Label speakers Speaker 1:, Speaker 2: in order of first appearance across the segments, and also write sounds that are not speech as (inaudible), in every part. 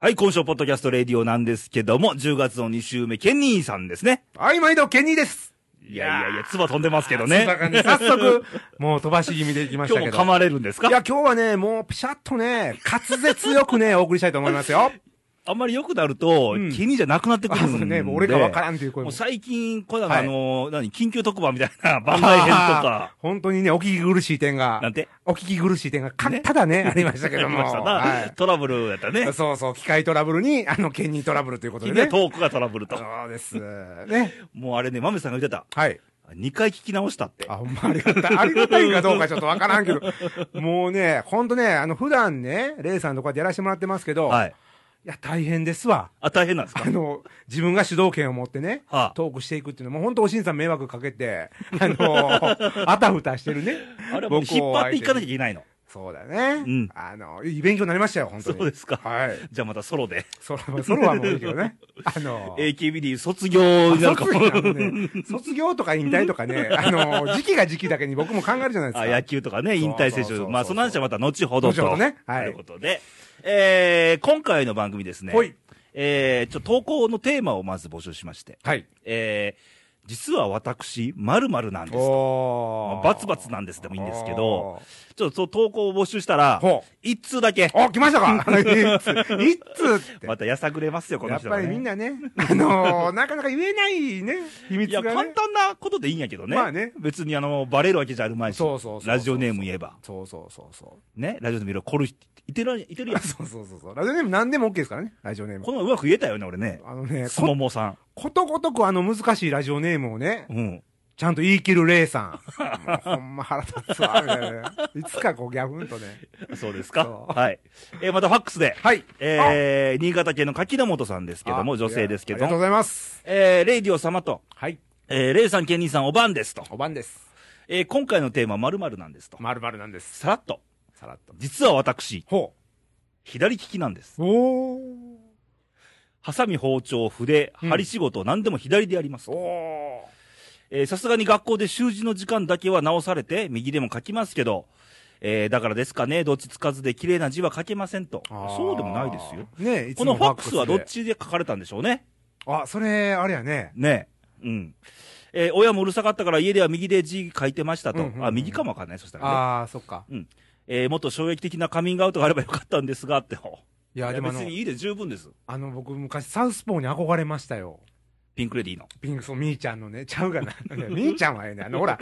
Speaker 1: はい、今週ポッドキャストレディオなんですけども、10月の2週目、ケニーさんですね。
Speaker 2: はい、毎度、ケニーです。
Speaker 1: いやいやいや、唾飛んでますけどね。
Speaker 2: そんな
Speaker 1: (laughs)
Speaker 2: 感じ早速、もう飛ばし気味でいきまし
Speaker 1: 今
Speaker 2: た
Speaker 1: 日
Speaker 2: け
Speaker 1: も噛
Speaker 2: ど。
Speaker 1: まれるんです
Speaker 2: い
Speaker 1: か、
Speaker 2: や今日はね、もう、ピシャッとね、滑舌よくね、お送りしたいと思いますよ。
Speaker 1: あんまり良くなると、
Speaker 2: ん
Speaker 1: ケニーじゃなくなってく
Speaker 2: あ、
Speaker 1: る
Speaker 2: そ
Speaker 1: んで。
Speaker 2: うね、もう俺がわからんという
Speaker 1: も
Speaker 2: 声も
Speaker 1: う。最近、これは
Speaker 2: はい
Speaker 1: あのー、何、緊急特番みたい
Speaker 2: (laughs)
Speaker 1: な番外編と
Speaker 2: あ
Speaker 1: か
Speaker 2: ー。。 (laughs) 本当にね、お聞き苦しい点が。
Speaker 1: なんて
Speaker 2: お聞き苦しい点が、かただ
Speaker 1: (laughs)
Speaker 2: ね、ありましたけども。
Speaker 1: ありましたな
Speaker 2: はい
Speaker 1: トラブルやったね。
Speaker 2: そうそう、機械トラブルに、あの、ケニートラブルということで
Speaker 1: 君
Speaker 2: ね
Speaker 1: は。トークがトラブルと。
Speaker 2: そうです。ね。
Speaker 1: もうあれね、マメさんが言ってた。
Speaker 2: はい。
Speaker 1: 2回聞き直したって。
Speaker 2: あ、ほんまありがたい。ありがたいかどうかちょっとわからんけど。もうね、ほんとね、あの、普段ね、レイさんとこうやってやらせてもらってますけど、、
Speaker 1: はいい。
Speaker 2: や、大変ですわ。
Speaker 1: あ、大変なんですか
Speaker 2: あの、自分が主導権を持ってね、
Speaker 1: はあ
Speaker 2: トークしていくっていうのは、もう本当おしんさん迷惑かけて、
Speaker 1: (laughs)
Speaker 2: あの、あたふたしてるね。
Speaker 1: あれはもう
Speaker 2: (laughs) 僕
Speaker 1: 引っ
Speaker 2: を
Speaker 1: 張っていかなきゃ
Speaker 2: 相手
Speaker 1: い
Speaker 2: に
Speaker 1: けないの。
Speaker 2: そうだね。
Speaker 1: うん
Speaker 2: あの、いい勉強になりましたよ、本当に。
Speaker 1: そうですか
Speaker 2: はい。
Speaker 1: じゃあまたソロで。
Speaker 2: ソロ、ソロはもういいけどね。あの、
Speaker 1: AKB 卒業になるか
Speaker 2: 卒
Speaker 1: も。
Speaker 2: 業あのね卒業とか引退と
Speaker 1: (laughs)
Speaker 2: かね、あの、時期が時期だけに僕も考えるじゃないです
Speaker 1: あ
Speaker 2: か。
Speaker 1: 野球とかね、引退選
Speaker 2: そうそうそうそ
Speaker 1: 手。
Speaker 2: う
Speaker 1: まあ、その話はまた後ほどと。
Speaker 2: 後ほどねはい
Speaker 1: ということで、えー、今回の番組ですね。
Speaker 2: ほい
Speaker 1: えー、ちょっと投稿のテーマをまず募集しまして。
Speaker 2: はい。
Speaker 1: えー、実は私、〇〇なんですと。ま
Speaker 2: お
Speaker 1: あバツバツなんですでもいいんですけど、。ちょっとそう投稿を募集したら
Speaker 2: ほ、
Speaker 1: 一通だけ
Speaker 2: お、ーお来ましたか
Speaker 1: (laughs)
Speaker 2: いつって。
Speaker 1: またやさぐれますよ、この
Speaker 2: やっ
Speaker 1: 人は
Speaker 2: ぱ
Speaker 1: ね
Speaker 2: りみんなね、あの
Speaker 1: (laughs)
Speaker 2: ー、なかなか言えないね、秘密
Speaker 1: いや、
Speaker 2: が
Speaker 1: 簡
Speaker 2: ね。
Speaker 1: 単なことでいいんやけどね。
Speaker 2: まあね
Speaker 1: 別にあの、バレるわけじゃあるまいし。
Speaker 2: そうそうそうそう
Speaker 1: ラジオネーム言えば。
Speaker 2: そうそうそうそう。
Speaker 1: ね。ラジオネームいろいろ来る人、いてる、いてるやん。
Speaker 2: (laughs) そうそうそうそう。ラジオネーム何でも OK ですからね、ラジオネーム
Speaker 1: こ。の前うまく言えたよね、俺ね。
Speaker 2: あのね、
Speaker 1: すも
Speaker 2: こ
Speaker 1: もさん。
Speaker 2: ことごとくあの難しいラジオネームをね、
Speaker 1: うん。
Speaker 2: ちゃんと言い切るレイさん。もうほんま腹立つわ、みた
Speaker 1: (laughs)
Speaker 2: いなね。いつかこうギャフンとね。
Speaker 1: そうですか。
Speaker 2: そう
Speaker 1: はい。えーまたファックスで。
Speaker 2: はい
Speaker 1: えー、新潟県の柿田本さんですけども、
Speaker 2: あ
Speaker 1: 女性ですけ
Speaker 2: いやありがと
Speaker 1: ど。
Speaker 2: うございます。
Speaker 1: えー、レイディオ様と、
Speaker 2: はい。
Speaker 1: えー、レイさん、ケニーさん、おばんですと。
Speaker 2: おばんです。
Speaker 1: えー、今回のテーマ、〇〇なんですと。
Speaker 2: まるまるなんです。
Speaker 1: さらっと。
Speaker 2: さらっと。
Speaker 1: 実は私、
Speaker 2: ほ
Speaker 1: 左利きなんです。
Speaker 2: う。おー。
Speaker 1: ハサミ、包丁、筆、
Speaker 2: うん
Speaker 1: 針仕事、何でも左でやりますと。
Speaker 2: お
Speaker 1: えーさすがに学校で習字の時間だけは直されて、右でも書きますけど、えーだからですかね、どっちつかずで綺麗な字は書けませんと。そうでもないですよ。。
Speaker 2: ねえ、いつ
Speaker 1: こ
Speaker 2: も
Speaker 1: のファックスは
Speaker 2: で
Speaker 1: どっちで書かれたんでしょうね。
Speaker 2: あ、それ、あれやね。
Speaker 1: ねえ。うん。えー親もうるさかったから家では右で字書いてましたと。
Speaker 2: うんうんうん
Speaker 1: あ、右かもわかんない、そしたらね。
Speaker 2: ああ、そっか。
Speaker 1: えーもっと衝撃的なカミングアウトがあればよかったんですが、って。
Speaker 2: (laughs) いや、
Speaker 1: い
Speaker 2: で
Speaker 1: や
Speaker 2: もあ
Speaker 1: 別
Speaker 2: の
Speaker 1: に、いいで十分です。
Speaker 2: あの、僕、昔、サウスポーに憧れましたよ。
Speaker 1: ピンクレディーの。
Speaker 2: ピンク、そう、みーちゃんのね、ちゃ
Speaker 1: (laughs)
Speaker 2: うがな。みーちゃんはええね。あの、ほら、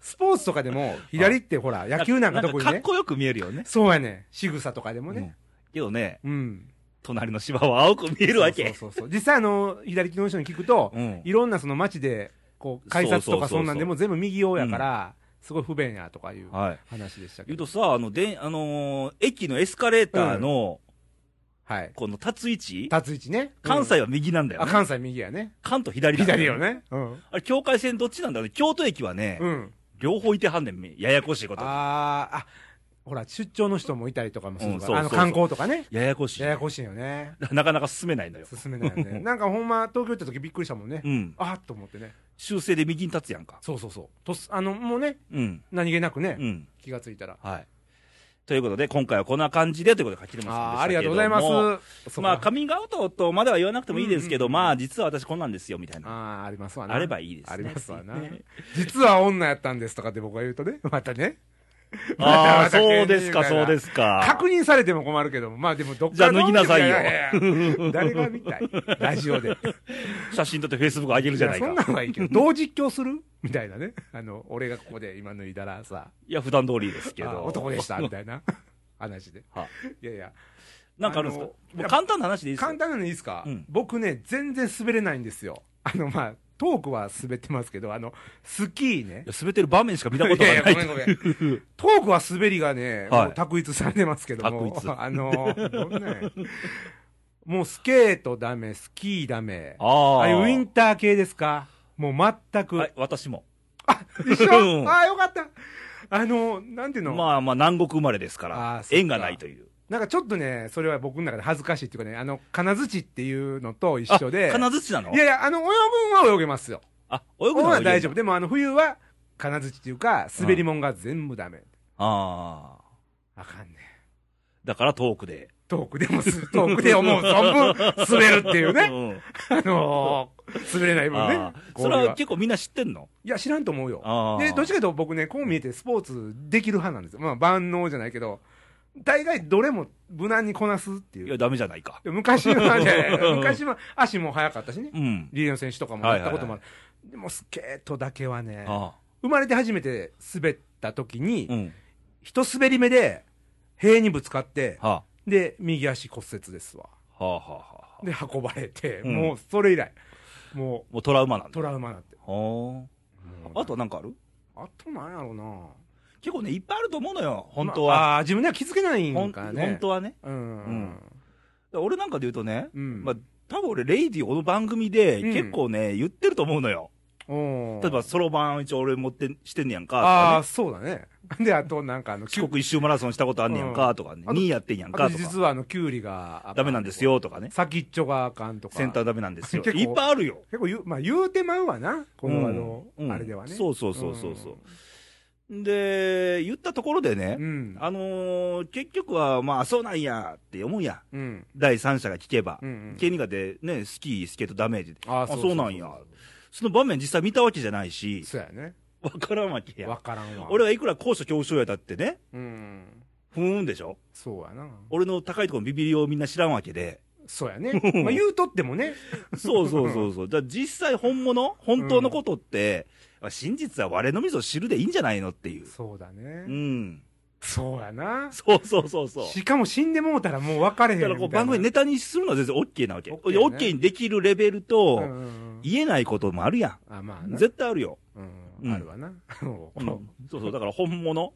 Speaker 2: スポーツとかでも、左ってほら、野球なんか特に
Speaker 1: かっ
Speaker 2: ね。
Speaker 1: こよく見えるよね。
Speaker 2: そうやね。仕草とかでも
Speaker 1: うん
Speaker 2: ね。
Speaker 1: けどね、
Speaker 2: うん。
Speaker 1: 隣の芝は青く見えるわけ。
Speaker 2: そうそうそうそう。実際、あの、左利きの人に聞くと
Speaker 1: うん、
Speaker 2: いろんなその街で、こう、改札と
Speaker 1: そうそ
Speaker 2: か
Speaker 1: うそうそう
Speaker 2: そんなんでも全部右用やから、すごい不便やとかいう
Speaker 1: はい。
Speaker 2: 話でしたけ
Speaker 1: 言う
Speaker 2: ど
Speaker 1: と。さ、あの、でん、あのー駅のエスカレーターの、
Speaker 2: はい。
Speaker 1: この立つ位置、
Speaker 2: 立つ位置ね。
Speaker 1: 関西は右なんだよ、
Speaker 2: あ、
Speaker 1: ね
Speaker 2: 関西右やね。
Speaker 1: 関東左なんだ
Speaker 2: 左よ。ね。うん。
Speaker 1: あれ、境界線どっちなんだろうね。京都駅はね、
Speaker 2: うん。
Speaker 1: 両方いてはんねん、ややこしいこと。
Speaker 2: あーあ、ほら、出張の人もいたりとかもする
Speaker 1: う
Speaker 2: か
Speaker 1: ん
Speaker 2: ら、あ
Speaker 1: そうそう
Speaker 2: の
Speaker 1: そう
Speaker 2: 観光とかね。
Speaker 1: ややこしい。
Speaker 2: ややこしいよね。
Speaker 1: なかなか進めないのよ。
Speaker 2: 進めないよ
Speaker 1: (laughs)
Speaker 2: ね。なんかほんま、東京行った時びっくりしたもんね
Speaker 1: う。ん。
Speaker 2: あーっと思ってね。
Speaker 1: 修正で右に立つやんか。
Speaker 2: そうそうそう。とす、あの、もうね、
Speaker 1: うん。
Speaker 2: 何気なく
Speaker 1: う
Speaker 2: ね、
Speaker 1: ん。
Speaker 2: 気がついたら。
Speaker 1: はい。ということで、今回はこんな感じでということで書き留めさん
Speaker 2: あ
Speaker 1: で
Speaker 2: あ、
Speaker 1: した
Speaker 2: あ
Speaker 1: け
Speaker 2: り
Speaker 1: ど
Speaker 2: がとうございま
Speaker 1: も
Speaker 2: す。
Speaker 1: まあ、カ
Speaker 2: あ
Speaker 1: ミングアウトとまでは言わなくてもいいですけど、
Speaker 2: うんうん
Speaker 1: まあ、実は私こんなんですよ、みたいな。
Speaker 2: あー、ありますわな。
Speaker 1: あればいいですね。
Speaker 2: ありますわ
Speaker 1: (laughs)
Speaker 2: な
Speaker 1: ね。
Speaker 2: 実は女やったんですとかって僕が言うとね、 (laughs) またね。
Speaker 1: ああ、
Speaker 2: またまた芸
Speaker 1: そ
Speaker 2: 人
Speaker 1: うですか、
Speaker 2: みたい
Speaker 1: そう
Speaker 2: な
Speaker 1: ですか。
Speaker 2: 確認されても困るけども、まあでもどっから
Speaker 1: じゃあ脱ぎなさいよ
Speaker 2: やややや誰が見たいラジオで。
Speaker 1: 写真撮ってフェイスブック上げるじゃないか。
Speaker 2: や
Speaker 1: い
Speaker 2: そん
Speaker 1: や、
Speaker 2: なんはい
Speaker 1: (laughs)
Speaker 2: いけど、どう実況するみたいなね。あの、俺がここで今脱いだ
Speaker 1: (laughs)
Speaker 2: らさ、
Speaker 1: 普段通りですけ
Speaker 2: あ
Speaker 1: ど。
Speaker 2: 男でした、みたいな (laughs) 話で
Speaker 1: はい
Speaker 2: やいや、
Speaker 1: なんかあるんですか
Speaker 2: あの
Speaker 1: もう簡単な話でいいですよ
Speaker 2: 簡単なのいいですか、
Speaker 1: うん
Speaker 2: 僕ね、全然滑れないんですよ。あの、まあ、トークは滑ってますけど、あの、スキーね
Speaker 1: い。や滑ってる場面しか見たことがない。
Speaker 2: いやいやごめんごめん。トークは滑りがね、
Speaker 1: はい
Speaker 2: もう卓越されてますけども。
Speaker 1: 卓越
Speaker 2: (laughs) あの、どんなんやもうスケートダメ、スキーダメ。
Speaker 1: ああ。
Speaker 2: ああいうウィンター系ですかもう全く。
Speaker 1: はい、私も。
Speaker 2: 一
Speaker 1: うん
Speaker 2: 緒ああ、よかった。あの、なんていうの、
Speaker 1: まあまあ、南国生まれですか
Speaker 2: あー
Speaker 1: ら
Speaker 2: そっ、か
Speaker 1: 縁がないという。
Speaker 2: なんかちょっとね、それは僕の中で恥ずかしいっていうかね、あの、金槌っていうのと一緒で、
Speaker 1: 金槌なの
Speaker 2: いやいや、あの、泳ぐんは泳げますよ。
Speaker 1: あ、泳
Speaker 2: 泳
Speaker 1: ぐ
Speaker 2: ぐ
Speaker 1: のは
Speaker 2: ん
Speaker 1: 泳
Speaker 2: は
Speaker 1: げる
Speaker 2: 大丈夫。。でも、あの、冬は金槌っていうか、滑りもんが全部ダメ。
Speaker 1: ああ。
Speaker 2: あかんね。
Speaker 1: だからトークで。
Speaker 2: トトークでもす、トークで思う存分滑るっていうね。
Speaker 1: (laughs) うん
Speaker 2: あのー、滑れない分ね
Speaker 1: あ。ー
Speaker 2: こ
Speaker 1: そうれ
Speaker 2: いう
Speaker 1: は結構みんな知ってんの
Speaker 2: いや、知らんと思うよ
Speaker 1: あ。ー
Speaker 2: で、どっちかというと僕ね、こう見えてスポーツできる派なんですよ。まあ、万能じゃないけど、大概どれも無難にこなすって
Speaker 1: い
Speaker 2: いう。
Speaker 1: や、ダメじゃないか。
Speaker 2: 昔は
Speaker 1: (laughs)
Speaker 2: ね、昔は足も速かったしね。
Speaker 1: うん。
Speaker 2: リーの選手とかもやったこともある。でも、スケートだけはね、
Speaker 1: あ
Speaker 2: 生まれて初めて滑った時
Speaker 1: ーう
Speaker 2: に、
Speaker 1: ん。
Speaker 2: 一滑り目で、塀にぶつかって、
Speaker 1: は
Speaker 2: で、右足骨折ですわ。
Speaker 1: あ、はあ、はあ、はあ。
Speaker 2: で、運ばれて、
Speaker 1: うん
Speaker 2: もうそれ以来、も
Speaker 1: もうトラウマなん
Speaker 2: う
Speaker 1: だ。
Speaker 2: トラウマになって。
Speaker 1: はあ。あ
Speaker 2: あ
Speaker 1: となんかある
Speaker 2: あとなんやろうな
Speaker 1: 結構ね、いっぱいあると思うのよ、本当は。
Speaker 2: まあ、あー自分では気づけない
Speaker 1: ほん
Speaker 2: んかね。
Speaker 1: 本当はね。
Speaker 2: うん。
Speaker 1: 俺なんかで言うとね、
Speaker 2: うん
Speaker 1: まあ、多分俺、レイディーこの番組で
Speaker 2: うん
Speaker 1: 結構ね、言ってると思うのよ。
Speaker 2: うん
Speaker 1: 例えば、そろばん一応俺持ってしてんねやんか。
Speaker 2: ああ、
Speaker 1: とかね
Speaker 2: そうだね。で、あと、なんか、あの、
Speaker 1: 四国一周マラソンしたことあんねやんか、とかね。
Speaker 2: あと
Speaker 1: 2位やってんやん
Speaker 2: あと
Speaker 1: か、とか
Speaker 2: 実。は、あの、キュウリが、
Speaker 1: ダメなんです。よ、とかね。
Speaker 2: 先っちょがあかんとか。
Speaker 1: センターダメなんですよ。
Speaker 2: (laughs) 結構
Speaker 1: いっぱいあるよ。
Speaker 2: 結構言う、まあ、言うてまうわな。こ
Speaker 1: う
Speaker 2: の、
Speaker 1: ん
Speaker 2: あの
Speaker 1: う、ん
Speaker 2: あれではね。
Speaker 1: そうそうそうそうそうで、言ったところでね、
Speaker 2: うん。
Speaker 1: あのー結局は、まあ、そうなんやって思うやん。
Speaker 2: うん。
Speaker 1: 第三者が聞けば
Speaker 2: う。ん。
Speaker 1: 経理がで、ね、スキー、スケートダメージで。
Speaker 2: あ
Speaker 1: あ、そうなんや。その場面実際見たわけじゃないし、
Speaker 2: そうやね。
Speaker 1: わからんわけや。
Speaker 2: わからんわ。
Speaker 1: 俺がいくら高所恐怖症やだってね、
Speaker 2: うん。
Speaker 1: ふーんでしょ
Speaker 2: そうやな。
Speaker 1: 俺の高いところのビビりをみんな知らんわけで。
Speaker 2: そ
Speaker 1: (laughs)
Speaker 2: うやね。まあ、言うとってもね。
Speaker 1: そうそうそうそう。だから実際本物本当のことって、真実は我のみぞ知るでいいんじゃないのっていう。
Speaker 2: そうだ
Speaker 1: う
Speaker 2: ね。
Speaker 1: ん。
Speaker 2: そうやな。
Speaker 1: そうそうそうそう。
Speaker 2: しかも死んでもうたらもう分かれへん
Speaker 1: だ
Speaker 2: み
Speaker 1: か
Speaker 2: た
Speaker 1: ら
Speaker 2: い
Speaker 1: こ
Speaker 2: な。
Speaker 1: う番組ネタにするのは全然 OK なわけ。
Speaker 2: OK ね
Speaker 1: OK にできるレベルと、
Speaker 2: うんうんうん
Speaker 1: 言えないこともあるや
Speaker 2: あ、まあ
Speaker 1: ん。
Speaker 2: な、
Speaker 1: 絶対あるよ。う
Speaker 2: うんん、あるわな。
Speaker 1: うんそうそう、だから本物。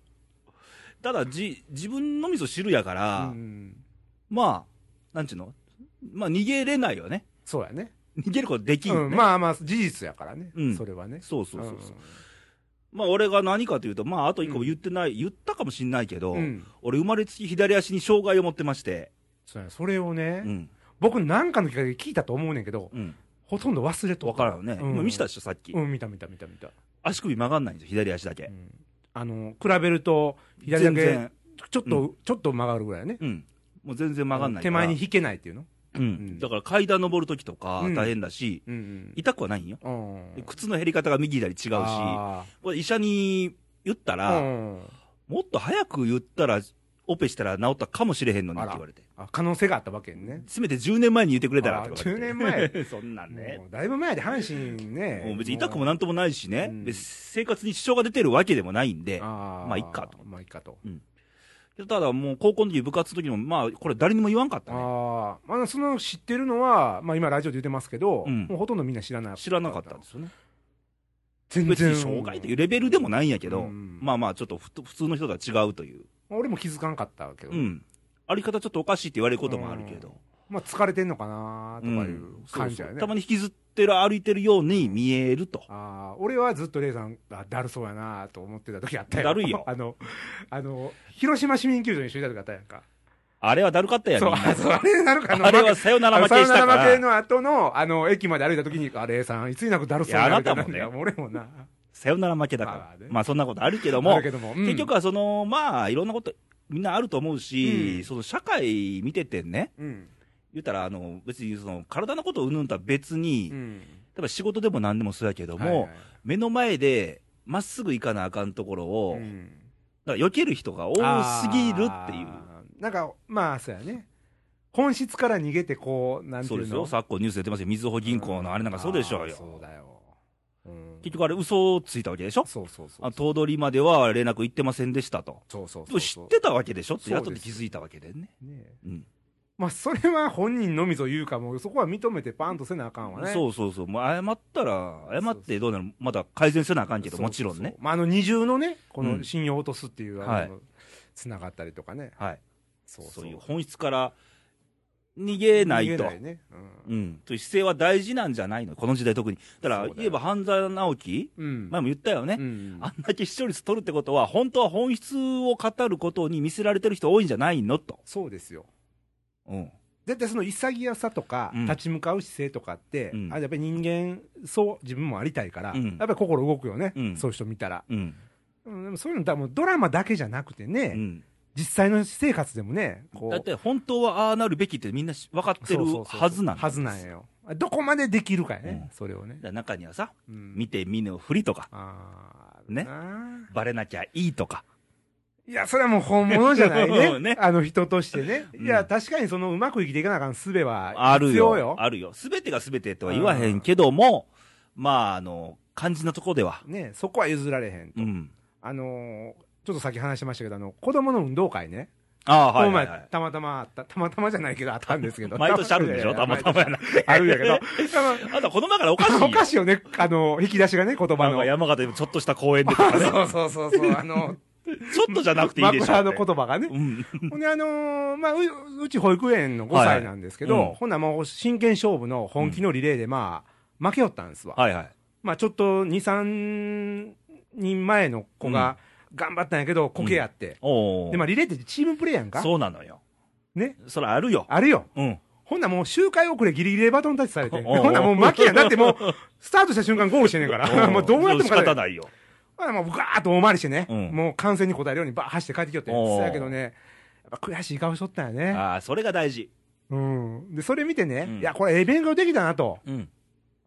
Speaker 1: ただ、じ、自分のみぞ知るやか
Speaker 2: う
Speaker 1: ら、
Speaker 2: ん、
Speaker 1: まあ、なんちゅうのまあ逃げれないよね。
Speaker 2: そうやね。
Speaker 1: 逃げることできん
Speaker 2: う
Speaker 1: よ
Speaker 2: ん、
Speaker 1: ね。
Speaker 2: まあまあ、事実やからね。
Speaker 1: うん
Speaker 2: それはね。
Speaker 1: そうそうそうそう。
Speaker 2: ん
Speaker 1: まあ俺が何かというと、まああと一個も言ってない、言ったかもしんないけど、
Speaker 2: うん。
Speaker 1: 俺生まれつき左足に障害を持ってまして、
Speaker 2: そうや、それをね、
Speaker 1: うん。
Speaker 2: 僕なんかの機会で聞いたと思うねんけど、
Speaker 1: うん。
Speaker 2: ほとんど忘れと
Speaker 1: わからんよね。
Speaker 2: うん
Speaker 1: 今見せたでしょ、さっき。
Speaker 2: うん、見た見た見た見た。
Speaker 1: 足首曲がんないんですよ、左足だ
Speaker 2: う
Speaker 1: け。
Speaker 2: ん、あの、比べると、左だ
Speaker 1: 全
Speaker 2: け、
Speaker 1: 然。
Speaker 2: ちょっと、ちょっと曲がるぐらいね。
Speaker 1: うん。もう全然曲がんないか
Speaker 2: 手
Speaker 1: ら。
Speaker 2: 前に引けないっていうの。
Speaker 1: うん。
Speaker 2: ん
Speaker 1: だから階段登るときとか
Speaker 2: うん
Speaker 1: 大変だし、
Speaker 2: うん
Speaker 1: 痛くはないんよ。
Speaker 2: うん。うん。
Speaker 1: 靴の減り方が右左違うし、
Speaker 2: あ
Speaker 1: これ医者に言った
Speaker 2: ー
Speaker 1: ら、
Speaker 2: うん
Speaker 1: もっと早く言ったら、オペしたら治ったかもしれへんのにって言われて。
Speaker 2: あ可能性があったわけね。
Speaker 1: せめて10年前に言ってくれたらとか言わ
Speaker 2: あら
Speaker 1: れて。 (laughs) そんなんね
Speaker 2: も。うだいぶ前で阪神ね。
Speaker 1: もう別に痛くもなんともないしね
Speaker 2: う、ん
Speaker 1: 別に生活に支障が出てるわけでもないんで、
Speaker 2: あー
Speaker 1: まあいっかと。
Speaker 2: まあいっかと。
Speaker 1: ただもう高校の時、部活の時も、まあ、これ誰にも言わんかったね。
Speaker 2: ああ、まあ、その知ってるのは、まあ今ラジオで言ってますけど、
Speaker 1: うん
Speaker 2: もうほとんどみんな知らなかった。
Speaker 1: 知らなかったんですよね。
Speaker 2: 全
Speaker 1: 別
Speaker 2: 然。
Speaker 1: に障害というレベルでもないんやけど、
Speaker 2: うん
Speaker 1: まあまあ、ちょっとふと普通の人とは違うという。
Speaker 2: 俺も気づかんかったけど。
Speaker 1: うん。あり方ちょっとおかしいって言われることもあるけど。
Speaker 2: まあ疲れてんのかなとかいう感じ
Speaker 1: そ
Speaker 2: だよ
Speaker 1: うそう
Speaker 2: ね。
Speaker 1: たまに引きずってる歩いてるように見えると。
Speaker 2: ああ、俺はずっとレイさんがだるそうやなと思ってた時あったよ。
Speaker 1: だるいよ
Speaker 2: (laughs) あの、あの、広島市民球場に一緒にいた時あったやんか。
Speaker 1: あれはだるかったやん。
Speaker 2: そう、
Speaker 1: みんな
Speaker 2: あそうあれなるかな
Speaker 1: あれはさよなら負けし
Speaker 2: サ
Speaker 1: た
Speaker 2: ウ
Speaker 1: か
Speaker 2: ナ負け
Speaker 1: ら。
Speaker 2: の後の、あの、駅まで歩いた時に、あ、レイさん、いつになくだるそう
Speaker 1: いやあ
Speaker 2: な
Speaker 1: なたもね
Speaker 2: みいな俺もな。
Speaker 1: さよなら負けだか
Speaker 2: まあ
Speaker 1: ら
Speaker 2: ね。
Speaker 1: まあそんなことあるけど
Speaker 2: あ
Speaker 1: も
Speaker 2: る、けども、うん
Speaker 1: 結局、はその、まあいろんなことみんなあると思う
Speaker 2: う
Speaker 1: し、
Speaker 2: ん
Speaker 1: その社会見ててね、
Speaker 2: うん。
Speaker 1: 言ったらあの別にその体のことをうんぬんとは別に
Speaker 2: う、ん。
Speaker 1: 例えば仕事でも何でもそうやけど
Speaker 2: はいは
Speaker 1: も
Speaker 2: い、
Speaker 1: 目の前でまっすぐ行かなあかんところを、
Speaker 2: うん
Speaker 1: だから避ける人が多すぎるっていう。
Speaker 2: あーなんか、まあ、そうやね。本質から逃げて、こう、なんて
Speaker 1: そう
Speaker 2: い
Speaker 1: で
Speaker 2: う
Speaker 1: すよ。
Speaker 2: の。
Speaker 1: 昨今ニュース出てますよ。みずほ銀行のあれなんかそうでしょう
Speaker 2: あー
Speaker 1: よ。
Speaker 2: そうだよ。うん
Speaker 1: 結局あれ嘘をついたわけでしょ
Speaker 2: そうそうそう。
Speaker 1: あ頭取までは連絡行ってませんでしたと。
Speaker 2: そうそう
Speaker 1: で
Speaker 2: そ
Speaker 1: も
Speaker 2: う。
Speaker 1: 知ってたわけでしょって
Speaker 2: そうです
Speaker 1: 後で気づいたわけでね。
Speaker 2: ね
Speaker 1: うん。
Speaker 2: まあ、それは本人のみぞ言うかも、そこは認めてパンとせなあかんわね。
Speaker 1: そうそうそう。もう謝ったら、謝ってどうなるまだ改善せなあかんけど、
Speaker 2: そうそう
Speaker 1: もちろんね。
Speaker 2: まあ、あの、二重のね、こ
Speaker 1: うん
Speaker 2: の信用を落とすっていう、あ
Speaker 1: はい
Speaker 2: の、つながったりとかね。
Speaker 1: はい。
Speaker 2: そ
Speaker 1: そういう本質から逃げないと。
Speaker 2: ね。う
Speaker 1: う
Speaker 2: ん
Speaker 1: ん。という姿勢は大事なんじゃないのこの時代特に。だから
Speaker 2: そうだよ
Speaker 1: 言えば半沢直樹
Speaker 2: うん。
Speaker 1: 前も言ったよね。
Speaker 2: うん
Speaker 1: あんだけ視聴率取るってことは、本当は本質を語ることに見せられてる人多いんじゃないのと。
Speaker 2: そうですよ。
Speaker 1: うん。
Speaker 2: 絶対その潔さとか、
Speaker 1: うん
Speaker 2: 立ち向かう姿勢とかって、
Speaker 1: うん
Speaker 2: あやっぱり人間、そう、自分もありたいから、
Speaker 1: うん
Speaker 2: やっぱり心動くよね、
Speaker 1: うん
Speaker 2: そういう人見たら。
Speaker 1: うん。
Speaker 2: うんでもそういうの、多分ドラマだけじゃなくてね、
Speaker 1: うん。
Speaker 2: 実際の私生活でもね、こ
Speaker 1: だっ
Speaker 2: う、
Speaker 1: て本当はああなるべきってみんなし分かってる
Speaker 2: そうそうそう
Speaker 1: はずなんだ
Speaker 2: はずなんよ。どこまでできるかやね、
Speaker 1: う
Speaker 2: それをね
Speaker 1: だか。ら中にはさ、
Speaker 2: うん
Speaker 1: 見て見ぬふりとか、
Speaker 2: あー
Speaker 1: ね
Speaker 2: なあ
Speaker 1: バレなきゃいいとか、
Speaker 2: いや、それはもう本物じゃな
Speaker 1: (laughs)
Speaker 2: い
Speaker 1: そう
Speaker 2: ね。
Speaker 1: ね
Speaker 2: あの人としてね。
Speaker 1: うん
Speaker 2: いや、確かにそのうまく生きていかなあかん術は
Speaker 1: ある
Speaker 2: 必要
Speaker 1: よ。
Speaker 2: よ。
Speaker 1: あるよ。すべてがすべてとは言わへんけども、まあ、あの、肝心なとこでは。
Speaker 2: ね、そこは譲られへん。
Speaker 1: うん。
Speaker 2: あのーちょっとさっき話しましたけど、あの、子供の運動会ね。
Speaker 1: ああ、はい、はい
Speaker 2: この
Speaker 1: は
Speaker 2: 前、たまたまあった、たまたまじゃないけど、あったんですけ
Speaker 1: (laughs)
Speaker 2: ど。
Speaker 1: い。毎年あるん
Speaker 2: (laughs)
Speaker 1: でしょたまたまやな。
Speaker 2: あるんやけど。
Speaker 1: (laughs) あなたこの中からおかしい
Speaker 2: あ
Speaker 1: よ。
Speaker 2: のおかしいよね、あの、引き出しがね、言葉
Speaker 1: なん
Speaker 2: の
Speaker 1: か。山形でもちょっとした公園でとかね。
Speaker 2: (laughs) そうそうそうそう、あの、
Speaker 1: ちょ (laughs) っとじゃなくていいでしょ。
Speaker 2: 枕の言葉がね
Speaker 1: う。ん。
Speaker 2: ほんで、あのーまあ、う、うち保育園の5
Speaker 1: はい
Speaker 2: 歳なんですけど、
Speaker 1: うん
Speaker 2: ほんならもう真剣勝負の本気のリレーで、まあ、負けよったんですわ。
Speaker 1: はいはい。
Speaker 2: まあ、ちょっと2、3人前の子が頑張ったんやけど、こけやって。
Speaker 1: おお。
Speaker 2: で、まあ、リレーってチームプレーやんか。
Speaker 1: そうなのよ。
Speaker 2: ね。
Speaker 1: それあるよ。
Speaker 2: あるよ。
Speaker 1: うん。
Speaker 2: ほんならもう周回遅れギリギリでバトンタッチされて。
Speaker 1: おうおう
Speaker 2: ほんならもう負けやん。だってもう、スタートした瞬間ゴールしてんねんから。もうどうやっても
Speaker 1: 仕
Speaker 2: 勝て
Speaker 1: 方
Speaker 2: ない。
Speaker 1: ないよ。
Speaker 2: ほんならもうガーッと大回りしてね。
Speaker 1: うん
Speaker 2: もう完全に答えるようにバーッ走って帰ってきよって。
Speaker 1: おう
Speaker 2: そやけどね、やっぱ悔しい顔しとったんやね。
Speaker 1: ああ、それが大事。
Speaker 2: うん。で、それ見てね、
Speaker 1: うん
Speaker 2: いや、これええ勉強できたなと。
Speaker 1: うん。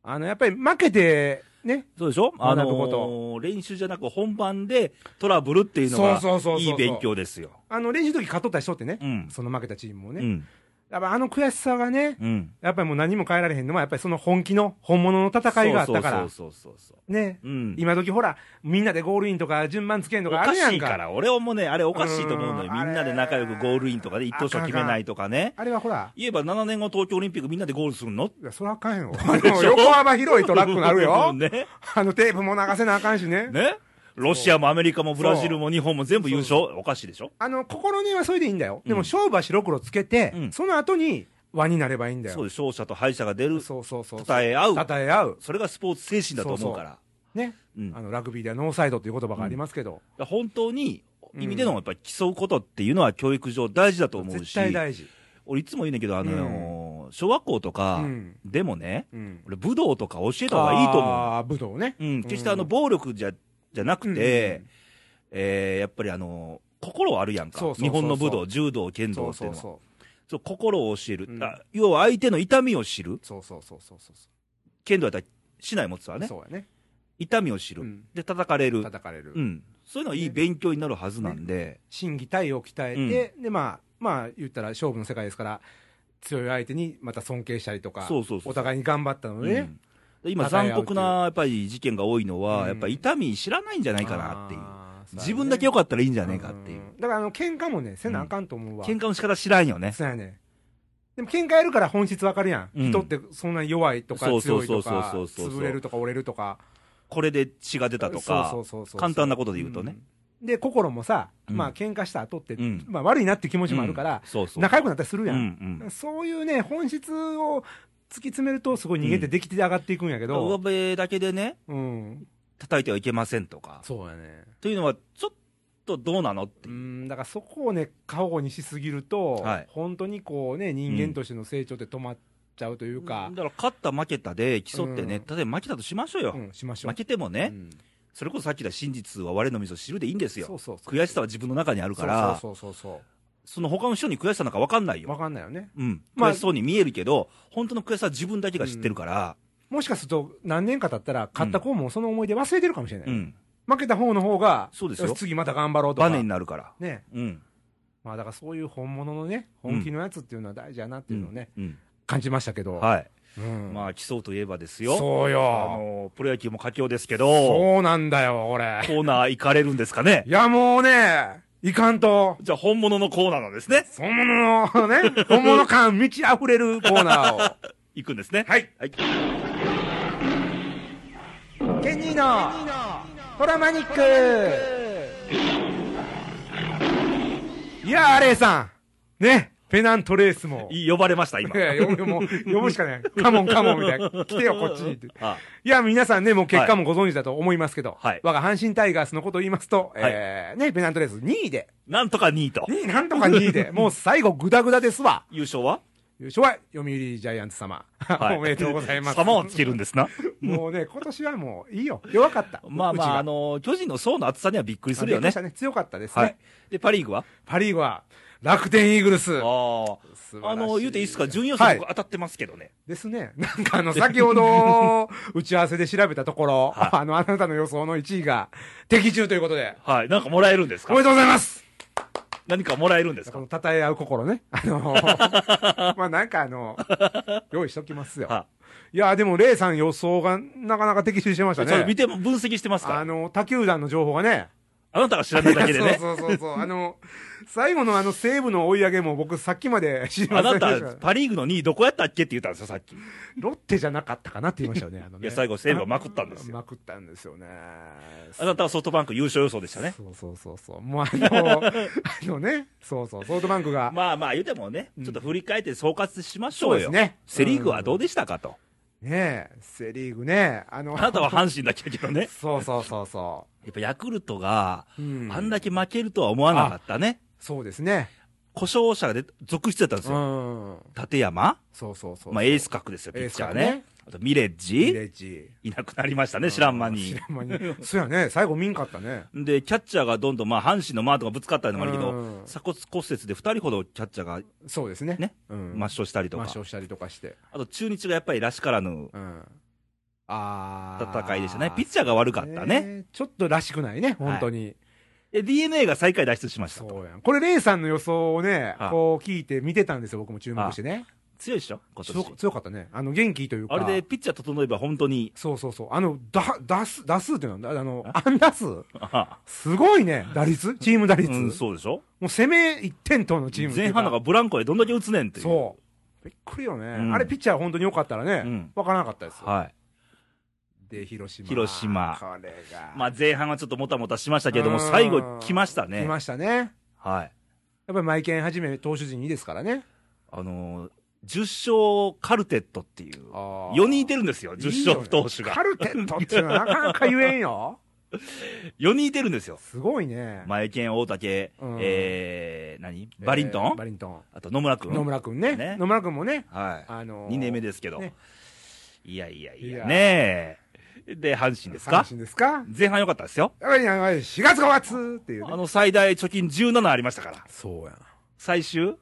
Speaker 2: あの、やっぱり負けて、ね。
Speaker 1: そうでしょあ
Speaker 2: 学
Speaker 1: の
Speaker 2: ぶこと
Speaker 1: ー、練習じゃなく本番でトラブルっていうのが
Speaker 2: そうそうそうそうそう
Speaker 1: いい勉強ですよ。
Speaker 2: あの、練習の時勝っとった人ってね。
Speaker 1: うん。
Speaker 2: その負けたチームも
Speaker 1: う
Speaker 2: ね。
Speaker 1: ん。
Speaker 2: やっぱあの悔しさがね、
Speaker 1: うん。
Speaker 2: やっぱりもう何も変えられへんのは、やっぱりその本気の、本物の戦いがあったから。
Speaker 1: そうそうそうそうそ
Speaker 2: ね。
Speaker 1: う。うん。
Speaker 2: 今時ほら、みんなでゴールインとか順番つけんと
Speaker 1: お
Speaker 2: かあるや
Speaker 1: かし
Speaker 2: ん
Speaker 1: い
Speaker 2: か。
Speaker 1: から、俺はもうね、あれおかしいと思うのよ。
Speaker 2: うん
Speaker 1: みんなで仲良くゴールインとかで一等賞決めないとかね。
Speaker 2: あれはほら、
Speaker 1: 言えば7年後東京オリンピックみんなでゴールするの
Speaker 2: いや、そらあか
Speaker 1: (laughs)
Speaker 2: んよ。あの横幅広いトラックなるよ。
Speaker 1: ね。
Speaker 2: あのテープも流せなあかんしね。
Speaker 1: ね。ロシアもアメリカもブラジルも日本も全部優勝。おかしいでしょ
Speaker 2: あの、心根はそれでいいんだよ。で
Speaker 1: うん
Speaker 2: も勝負は白黒つけて、
Speaker 1: うん
Speaker 2: その後に輪になればいいんだよ。
Speaker 1: そうです。勝者と敗者が出る。
Speaker 2: そうそうそう
Speaker 1: 讃え合う
Speaker 2: 讃え合う。
Speaker 1: それがスポーツ精神だと思うから。
Speaker 2: ね。
Speaker 1: うん
Speaker 2: あの、ラグビーではノーサイドという言葉がありますけど、
Speaker 1: 本当に意味でのやっぱり競うことっていうのは教育上大事だと思う
Speaker 2: 絶
Speaker 1: し、
Speaker 2: 対大事。
Speaker 1: 俺いつも言うねんだけど、あのー小学校とか
Speaker 2: うん
Speaker 1: でもね、
Speaker 2: うん。
Speaker 1: 俺武道とか教えた方がいいと思う。
Speaker 2: ああ、武道ね。
Speaker 1: うん、決してあの暴力じゃじゃなくて、
Speaker 2: うん
Speaker 1: えーやっぱりあの心あるやんか
Speaker 2: そうそうそう
Speaker 1: 日本の武道、柔道、剣道
Speaker 2: そ
Speaker 1: っ
Speaker 2: う
Speaker 1: ていう
Speaker 2: そ
Speaker 1: の
Speaker 2: う
Speaker 1: は、そう
Speaker 2: そ
Speaker 1: 心を教える、
Speaker 2: うん
Speaker 1: あ要は相手の痛みを知る
Speaker 2: う。、そうそうそうそうそう。
Speaker 1: 剣道やったら竹刀持つわね、
Speaker 2: そうやね。
Speaker 1: 痛みを知る、
Speaker 2: うん
Speaker 1: で叩かれる、
Speaker 2: 叩かれる
Speaker 1: う。ん、そういうのはいい
Speaker 2: ね
Speaker 1: 勉強になるはずなんで、
Speaker 2: 心技体を鍛えて、で、まあ、まあ、言ったら勝負の世界ですから、強い相手にまた尊敬したりとか、
Speaker 1: そうそうそう
Speaker 2: お互いに頑張ったの
Speaker 1: う
Speaker 2: でね
Speaker 1: ん、で今、
Speaker 2: 戦い合
Speaker 1: 残
Speaker 2: う
Speaker 1: 酷なやっぱり事件が多いのは、
Speaker 2: うん
Speaker 1: やっぱり痛み知らないんじゃないかなっていう、
Speaker 2: あーそうやね
Speaker 1: 自分だけ良かったらいいんじゃないかっていう、
Speaker 2: んだから、あの、喧嘩もね、せなあかんと思うわ。
Speaker 1: 喧嘩の仕方知らんよね。
Speaker 2: そうやね。でも、喧嘩やるから本質わかるやん。
Speaker 1: うん
Speaker 2: 人ってそんな弱いとか
Speaker 1: そ、うそ
Speaker 2: 強
Speaker 1: う
Speaker 2: い
Speaker 1: そ
Speaker 2: と
Speaker 1: うそう
Speaker 2: か、
Speaker 1: そうそうそう
Speaker 2: 潰れるとか、折れるとか。
Speaker 1: これで血が出たとか、
Speaker 2: そうそうそうそう
Speaker 1: 簡単なことで言うとね。
Speaker 2: うんで、心もさ、
Speaker 1: うん
Speaker 2: まあ、喧嘩した後って、
Speaker 1: うん
Speaker 2: まあ、悪いなって気持ちもあるから
Speaker 1: うん、そうそう
Speaker 2: 仲良くなったりするや。
Speaker 1: うんんうん
Speaker 2: そういうね、本質を突き詰めると、すごい逃げてできて上がっていくんやけ
Speaker 1: 上
Speaker 2: ど、
Speaker 1: 辺だけでね、
Speaker 2: うん。
Speaker 1: 叩いてはいけませんとか、
Speaker 2: そうやね。
Speaker 1: というのは、ちょっとどうなのって
Speaker 2: う
Speaker 1: いう、
Speaker 2: ん、だからそこをね、過保護にしすぎると、
Speaker 1: はい
Speaker 2: 本当にこうね、人間としての成長って止まっちゃうという
Speaker 1: だ
Speaker 2: か
Speaker 1: か、ら勝った、負けたで競ってね、
Speaker 2: うん
Speaker 1: 例えば負けたとしましょうよ、
Speaker 2: うん、しましょう。
Speaker 1: 負けても
Speaker 2: う
Speaker 1: ね、
Speaker 2: ん
Speaker 1: それこそさっき言った真実は我の水を知るでいいんですよ、
Speaker 2: そうそうそう
Speaker 1: 悔しさは自分の中にあるから、そ
Speaker 2: そうそうそうそ。
Speaker 1: の他の人に悔しさなんか分かんないう
Speaker 2: わ
Speaker 1: よ、
Speaker 2: かんないよね。
Speaker 1: うん、
Speaker 2: まあ
Speaker 1: 悔しそうに見えるけど、本当の悔しさは自分だけが知ってるから、
Speaker 2: もしかすると、何年か経ったら、勝った子もその思い出忘れてるかもしれない。
Speaker 1: うん、
Speaker 2: 負けた方の方が、
Speaker 1: そうですよ
Speaker 2: し次また頑張ろうと
Speaker 1: バ
Speaker 2: か。
Speaker 1: ネになるから。
Speaker 2: ね。
Speaker 1: うん、
Speaker 2: まあだからそういう本物のね、本気のやつっていうのは大事やなっていうのをね、
Speaker 1: うん、
Speaker 2: 感じましたけど。
Speaker 1: はい、
Speaker 2: うん
Speaker 1: まあ、競うといえばですよ、
Speaker 2: そう
Speaker 1: あ
Speaker 2: よ。
Speaker 1: のプロ野球も佳境ですけど、
Speaker 2: そうなんだよ、これ。
Speaker 1: コーナー行かれるんですかね
Speaker 2: い。や、もうね、いかんと、
Speaker 1: じゃあ本物のコーナーなんですね。
Speaker 2: 本物の
Speaker 1: (laughs)
Speaker 2: ね、本物感満ち溢れるコーナー
Speaker 1: 行くんですね。
Speaker 2: はい。
Speaker 1: はい。
Speaker 2: を。ケニーの、トラマニックいやー、レイさん。ね、ペナントレースも。い
Speaker 1: い呼ばれました、
Speaker 2: (laughs)
Speaker 1: 今。
Speaker 2: や、呼ぶ、もう、呼ぶしかない。カモンカモンみたいな。来てよ、こっちにって。
Speaker 1: あ
Speaker 2: いや、皆さんね、もう結果もご存知だと思いますけど、
Speaker 1: はい
Speaker 2: 我が阪神タイガースのことを言いますと、
Speaker 1: はい
Speaker 2: えー、ね、ペナントレース2位で、
Speaker 1: なんとか2位と。 (laughs)
Speaker 2: 2位、なんとか2位で、もう最後グダグダですわ。
Speaker 1: 優勝は
Speaker 2: 優勝は読売ジャイアンツ様。
Speaker 1: はい
Speaker 2: (laughs) おめでとうございます。
Speaker 1: 様をつけるんですな。
Speaker 2: も (laughs) うね、今年はもういいよ。弱かった。
Speaker 1: (laughs) まあまあ、あの巨人の層の厚さにはびっくり
Speaker 2: うちが
Speaker 1: するよ
Speaker 2: び
Speaker 1: ね
Speaker 2: っくりし。た強かったですね。
Speaker 1: はい。で、パ・リーグは
Speaker 2: パリーグは、楽天イーグルス。
Speaker 1: あ
Speaker 2: 素晴
Speaker 1: あ。
Speaker 2: ら
Speaker 1: あ
Speaker 2: し
Speaker 1: の、言うていいですか、準予
Speaker 2: は
Speaker 1: 選
Speaker 2: い
Speaker 1: 僕当たってますけどね。
Speaker 2: ですね。なんかあの、先ほど、打ち合わせで調べたところ、
Speaker 1: はい
Speaker 2: あの、あなたの予想の1位が、的中ということで、
Speaker 1: はい。なんかもらえるんです
Speaker 2: お
Speaker 1: か
Speaker 2: めでとうございます
Speaker 1: 何かもらえるんです
Speaker 2: こ
Speaker 1: か
Speaker 2: の、称え合う心ね。あ
Speaker 1: (laughs)
Speaker 2: のーまあなんかあの、用意しときますよ。
Speaker 1: はい
Speaker 2: や、でも、レイさん予想が、なかなか的中してまし
Speaker 1: い。
Speaker 2: た
Speaker 1: ちょっと見
Speaker 2: ね。
Speaker 1: ても、分析してますから。
Speaker 2: あ
Speaker 1: あ
Speaker 2: の、他球団の情報がね、
Speaker 1: なたが知らないだけでね。
Speaker 2: (laughs) そうそうそ
Speaker 1: (laughs)
Speaker 2: うそう。あの、最後のあの、西武の追い上げも僕、さっきまで知りま
Speaker 1: あ
Speaker 2: せん
Speaker 1: な
Speaker 2: でした。
Speaker 1: た、パ・リーグの2位どこやったっけって言ったんですよ、さっき。い
Speaker 2: ロッテじゃなかったかなって言いましたよね。あのね
Speaker 1: や、最後、セーブはまくったんですよ。
Speaker 2: まくったんですよね。
Speaker 1: あなたはソフトバンク優勝予想でしたね。
Speaker 2: そうそうそうそう。もうあ
Speaker 1: (laughs)
Speaker 2: の、あのね、そうそう、ソフトバンクが。
Speaker 1: まあまあ、言うてもね、ちょっと振り返って総括しまし
Speaker 2: そ
Speaker 1: ょ
Speaker 2: う
Speaker 1: う
Speaker 2: です
Speaker 1: よ。
Speaker 2: ね。
Speaker 1: セ・リーグはどう
Speaker 2: で
Speaker 1: でしたかと。
Speaker 2: ねえ、セリーグね。あの、
Speaker 1: あなたは阪神だけど
Speaker 2: (laughs)
Speaker 1: ね。
Speaker 2: そうそうそうそ
Speaker 1: やっぱヤクルトが、
Speaker 2: う。うん
Speaker 1: あんだけ負けるとは思わなかったね。
Speaker 2: そうですね。
Speaker 1: 故障者で続出だったんです
Speaker 2: う
Speaker 1: よ。
Speaker 2: ん。
Speaker 1: 立山
Speaker 2: そうそうそう。
Speaker 1: まあ、エース格ですよ、ピ
Speaker 2: エー
Speaker 1: ッ
Speaker 2: ス
Speaker 1: チャー
Speaker 2: 格
Speaker 1: ね。
Speaker 2: ね
Speaker 1: あと、ミレッ
Speaker 2: ビ
Speaker 1: ジ
Speaker 2: レッジ。
Speaker 1: いなくなりましたね、知らん間に
Speaker 2: 知。らん間に。そうやね、最後見んかったね。
Speaker 1: で、キャッチャーがどんどん、まあ、阪神のマートがぶつかったりもあるけど
Speaker 2: うん、
Speaker 1: 鎖骨骨折で2人ほどキャッチャーが
Speaker 2: そうですね。
Speaker 1: ね
Speaker 2: うん。
Speaker 1: 抹消したりと
Speaker 2: 抹
Speaker 1: か、
Speaker 2: 消したりとかして。
Speaker 1: あと中日がやっぱりらしからぬ
Speaker 2: うん。あー
Speaker 1: 戦いでしたね。ピッチャーが悪かったね。
Speaker 2: えーちょっとらしくないね、本当に。
Speaker 1: で、DNA が最下位脱出しましたと。
Speaker 2: そうやん。これ、レイさんの予想をね、
Speaker 1: はい
Speaker 2: こう聞いて見てたんですよ、僕も注目してね。
Speaker 1: 強いでしょ今
Speaker 2: 強
Speaker 1: 年
Speaker 2: か。強かったね。あの、元気というか。
Speaker 1: あれで、ピッチャー整えば本当に、
Speaker 2: そうそうそう。あの、だ、打数、打数ってなんだあの、安打数
Speaker 1: あ
Speaker 2: すごいね。打率チーム打率、
Speaker 1: うん、
Speaker 2: も
Speaker 1: そうでしょ
Speaker 2: う攻め1点とのチームってい
Speaker 1: 前
Speaker 2: うか
Speaker 1: 半なんかブランコでどんだけ打つねんっていう。
Speaker 2: そう。びっくりよね。
Speaker 1: うん
Speaker 2: あれ、ピッチャー本当に良かったらね、
Speaker 1: うん
Speaker 2: わからなかったですよ。
Speaker 1: はい。
Speaker 2: で、広島。
Speaker 1: 広島
Speaker 2: これが。
Speaker 1: まあ、前半はちょっともたもたしましたけれども、
Speaker 2: うん
Speaker 1: 最後来ましたね
Speaker 2: 来。ましたね。
Speaker 1: はい。
Speaker 2: やっぱり、マイケンはじめ投手陣いいですからね。
Speaker 1: あのー、10勝カルテットっていう、
Speaker 2: あー
Speaker 1: 4人いてるんですよ、
Speaker 2: いい
Speaker 1: 10
Speaker 2: よ
Speaker 1: 勝投手が
Speaker 2: カ。ルテットっていうのはなかなか言えんよ。
Speaker 1: 4人いてるんですよ。
Speaker 2: すごいね。
Speaker 1: 前剣、大竹
Speaker 2: うん、
Speaker 1: えー、何バリント
Speaker 2: えー
Speaker 1: ン
Speaker 2: バリントン。
Speaker 1: あと野村くん。
Speaker 2: 野村くんね。
Speaker 1: ね
Speaker 2: 野村くんもね、
Speaker 1: は
Speaker 2: あの
Speaker 1: い。2年目ですけど
Speaker 2: ね。
Speaker 1: いやいやい
Speaker 2: い
Speaker 1: や、
Speaker 2: や
Speaker 1: ねえ。で、阪神ですか
Speaker 2: 阪神ですか
Speaker 1: 前半良かったですよ。
Speaker 2: やばいやばい、4月5月っていう
Speaker 1: あ
Speaker 2: ね。
Speaker 1: の、最大貯金17ありましたから。
Speaker 2: そうやん。
Speaker 1: 最終、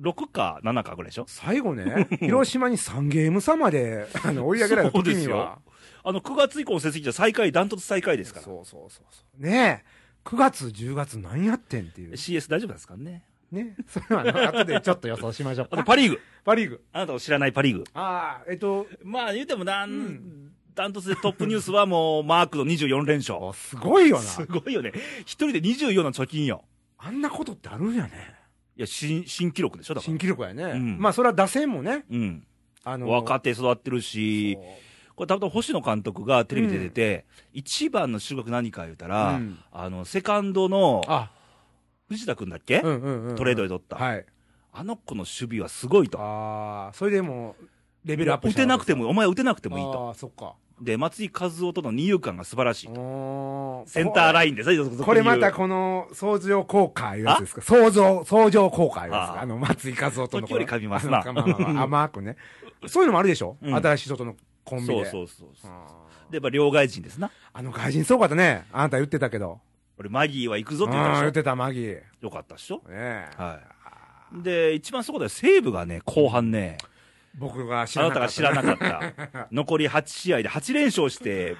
Speaker 1: 6か7かぐらいでしょ
Speaker 2: 最後ね、広島に3ゲーム差まで、 (laughs) あの、追い上げられた時には。
Speaker 1: あの、9月以降の成績じゃ最下位、ダントツ最下位ですから。
Speaker 2: そうそうそうそう。ねえ、9月、10月何やってんっていう。
Speaker 1: CS 大丈夫なんですかね。
Speaker 2: ね。 (laughs) それはあの後でちょっと予想しましょう
Speaker 1: あと
Speaker 2: か。
Speaker 1: パリーグ。
Speaker 2: パリーグ。
Speaker 1: あなたの知らないパリーグ。
Speaker 2: ああ、えっと、
Speaker 1: まあ言うてもなん、
Speaker 2: うん
Speaker 1: ダントツでトップニュースはもう、マークの24連勝。
Speaker 2: すごいよ
Speaker 1: す
Speaker 2: な。
Speaker 1: ごいよね。一人で24の貯金よ。
Speaker 2: あんなことってあるんやね。
Speaker 1: いや、新、新記録でしょだから。
Speaker 2: 新記録やね。
Speaker 1: ん
Speaker 2: まあ、それは打線もね、
Speaker 1: うん。
Speaker 2: あの、
Speaker 1: 若手育ってるし
Speaker 2: そう、
Speaker 1: これたまたま星野監督がテレビで出て、一番の収穫何か言うたら、
Speaker 2: うん
Speaker 1: あの、セカンドの
Speaker 2: あ、
Speaker 1: 藤田くんだっけ、
Speaker 2: うんうんうん。
Speaker 1: トレードで取った、
Speaker 2: はい。
Speaker 1: あの子の守備はすごいと。
Speaker 2: ああ、それでもう、レベルアップ
Speaker 1: 打てなくて
Speaker 2: も
Speaker 1: も、お前打てなくて
Speaker 2: で
Speaker 1: もいいと。
Speaker 2: ああ、そっか。
Speaker 1: で、松井和夫との二遊間が素晴らしいと。セ
Speaker 2: セ
Speaker 1: ンター
Speaker 2: イ
Speaker 1: ラインでさ、続々
Speaker 2: ン
Speaker 1: 言う
Speaker 2: これまたこの、相乗効果いうやつですか相乗、相乗効果いうやつです
Speaker 1: ああ
Speaker 2: かあの、松井和夫との。
Speaker 1: 時折噛みますな
Speaker 2: あのまあまあまあ甘くね。そういうのもあるでしょ
Speaker 1: うん
Speaker 2: 新しい人とのコンビ
Speaker 1: そう
Speaker 2: で。
Speaker 1: そうそうそう。
Speaker 2: ああ
Speaker 1: で、やっぱ両外人ですな。
Speaker 2: あの外人すごかったね。あなた言ってたけど。
Speaker 1: 俺、マギーは行くぞ
Speaker 2: う
Speaker 1: っ
Speaker 2: ん
Speaker 1: て言った
Speaker 2: 言
Speaker 1: で
Speaker 2: っ
Speaker 1: して
Speaker 2: た、マギー。ね
Speaker 1: ょ。よかったでしょ
Speaker 2: え。
Speaker 1: はい。で、一番そこで西武がね、後半ね、
Speaker 2: 僕が知
Speaker 1: あ
Speaker 2: ら
Speaker 1: な
Speaker 2: な
Speaker 1: た
Speaker 2: か
Speaker 1: が
Speaker 2: っ
Speaker 1: 知
Speaker 2: た
Speaker 1: ら。なかった。残り8試合で8連勝して、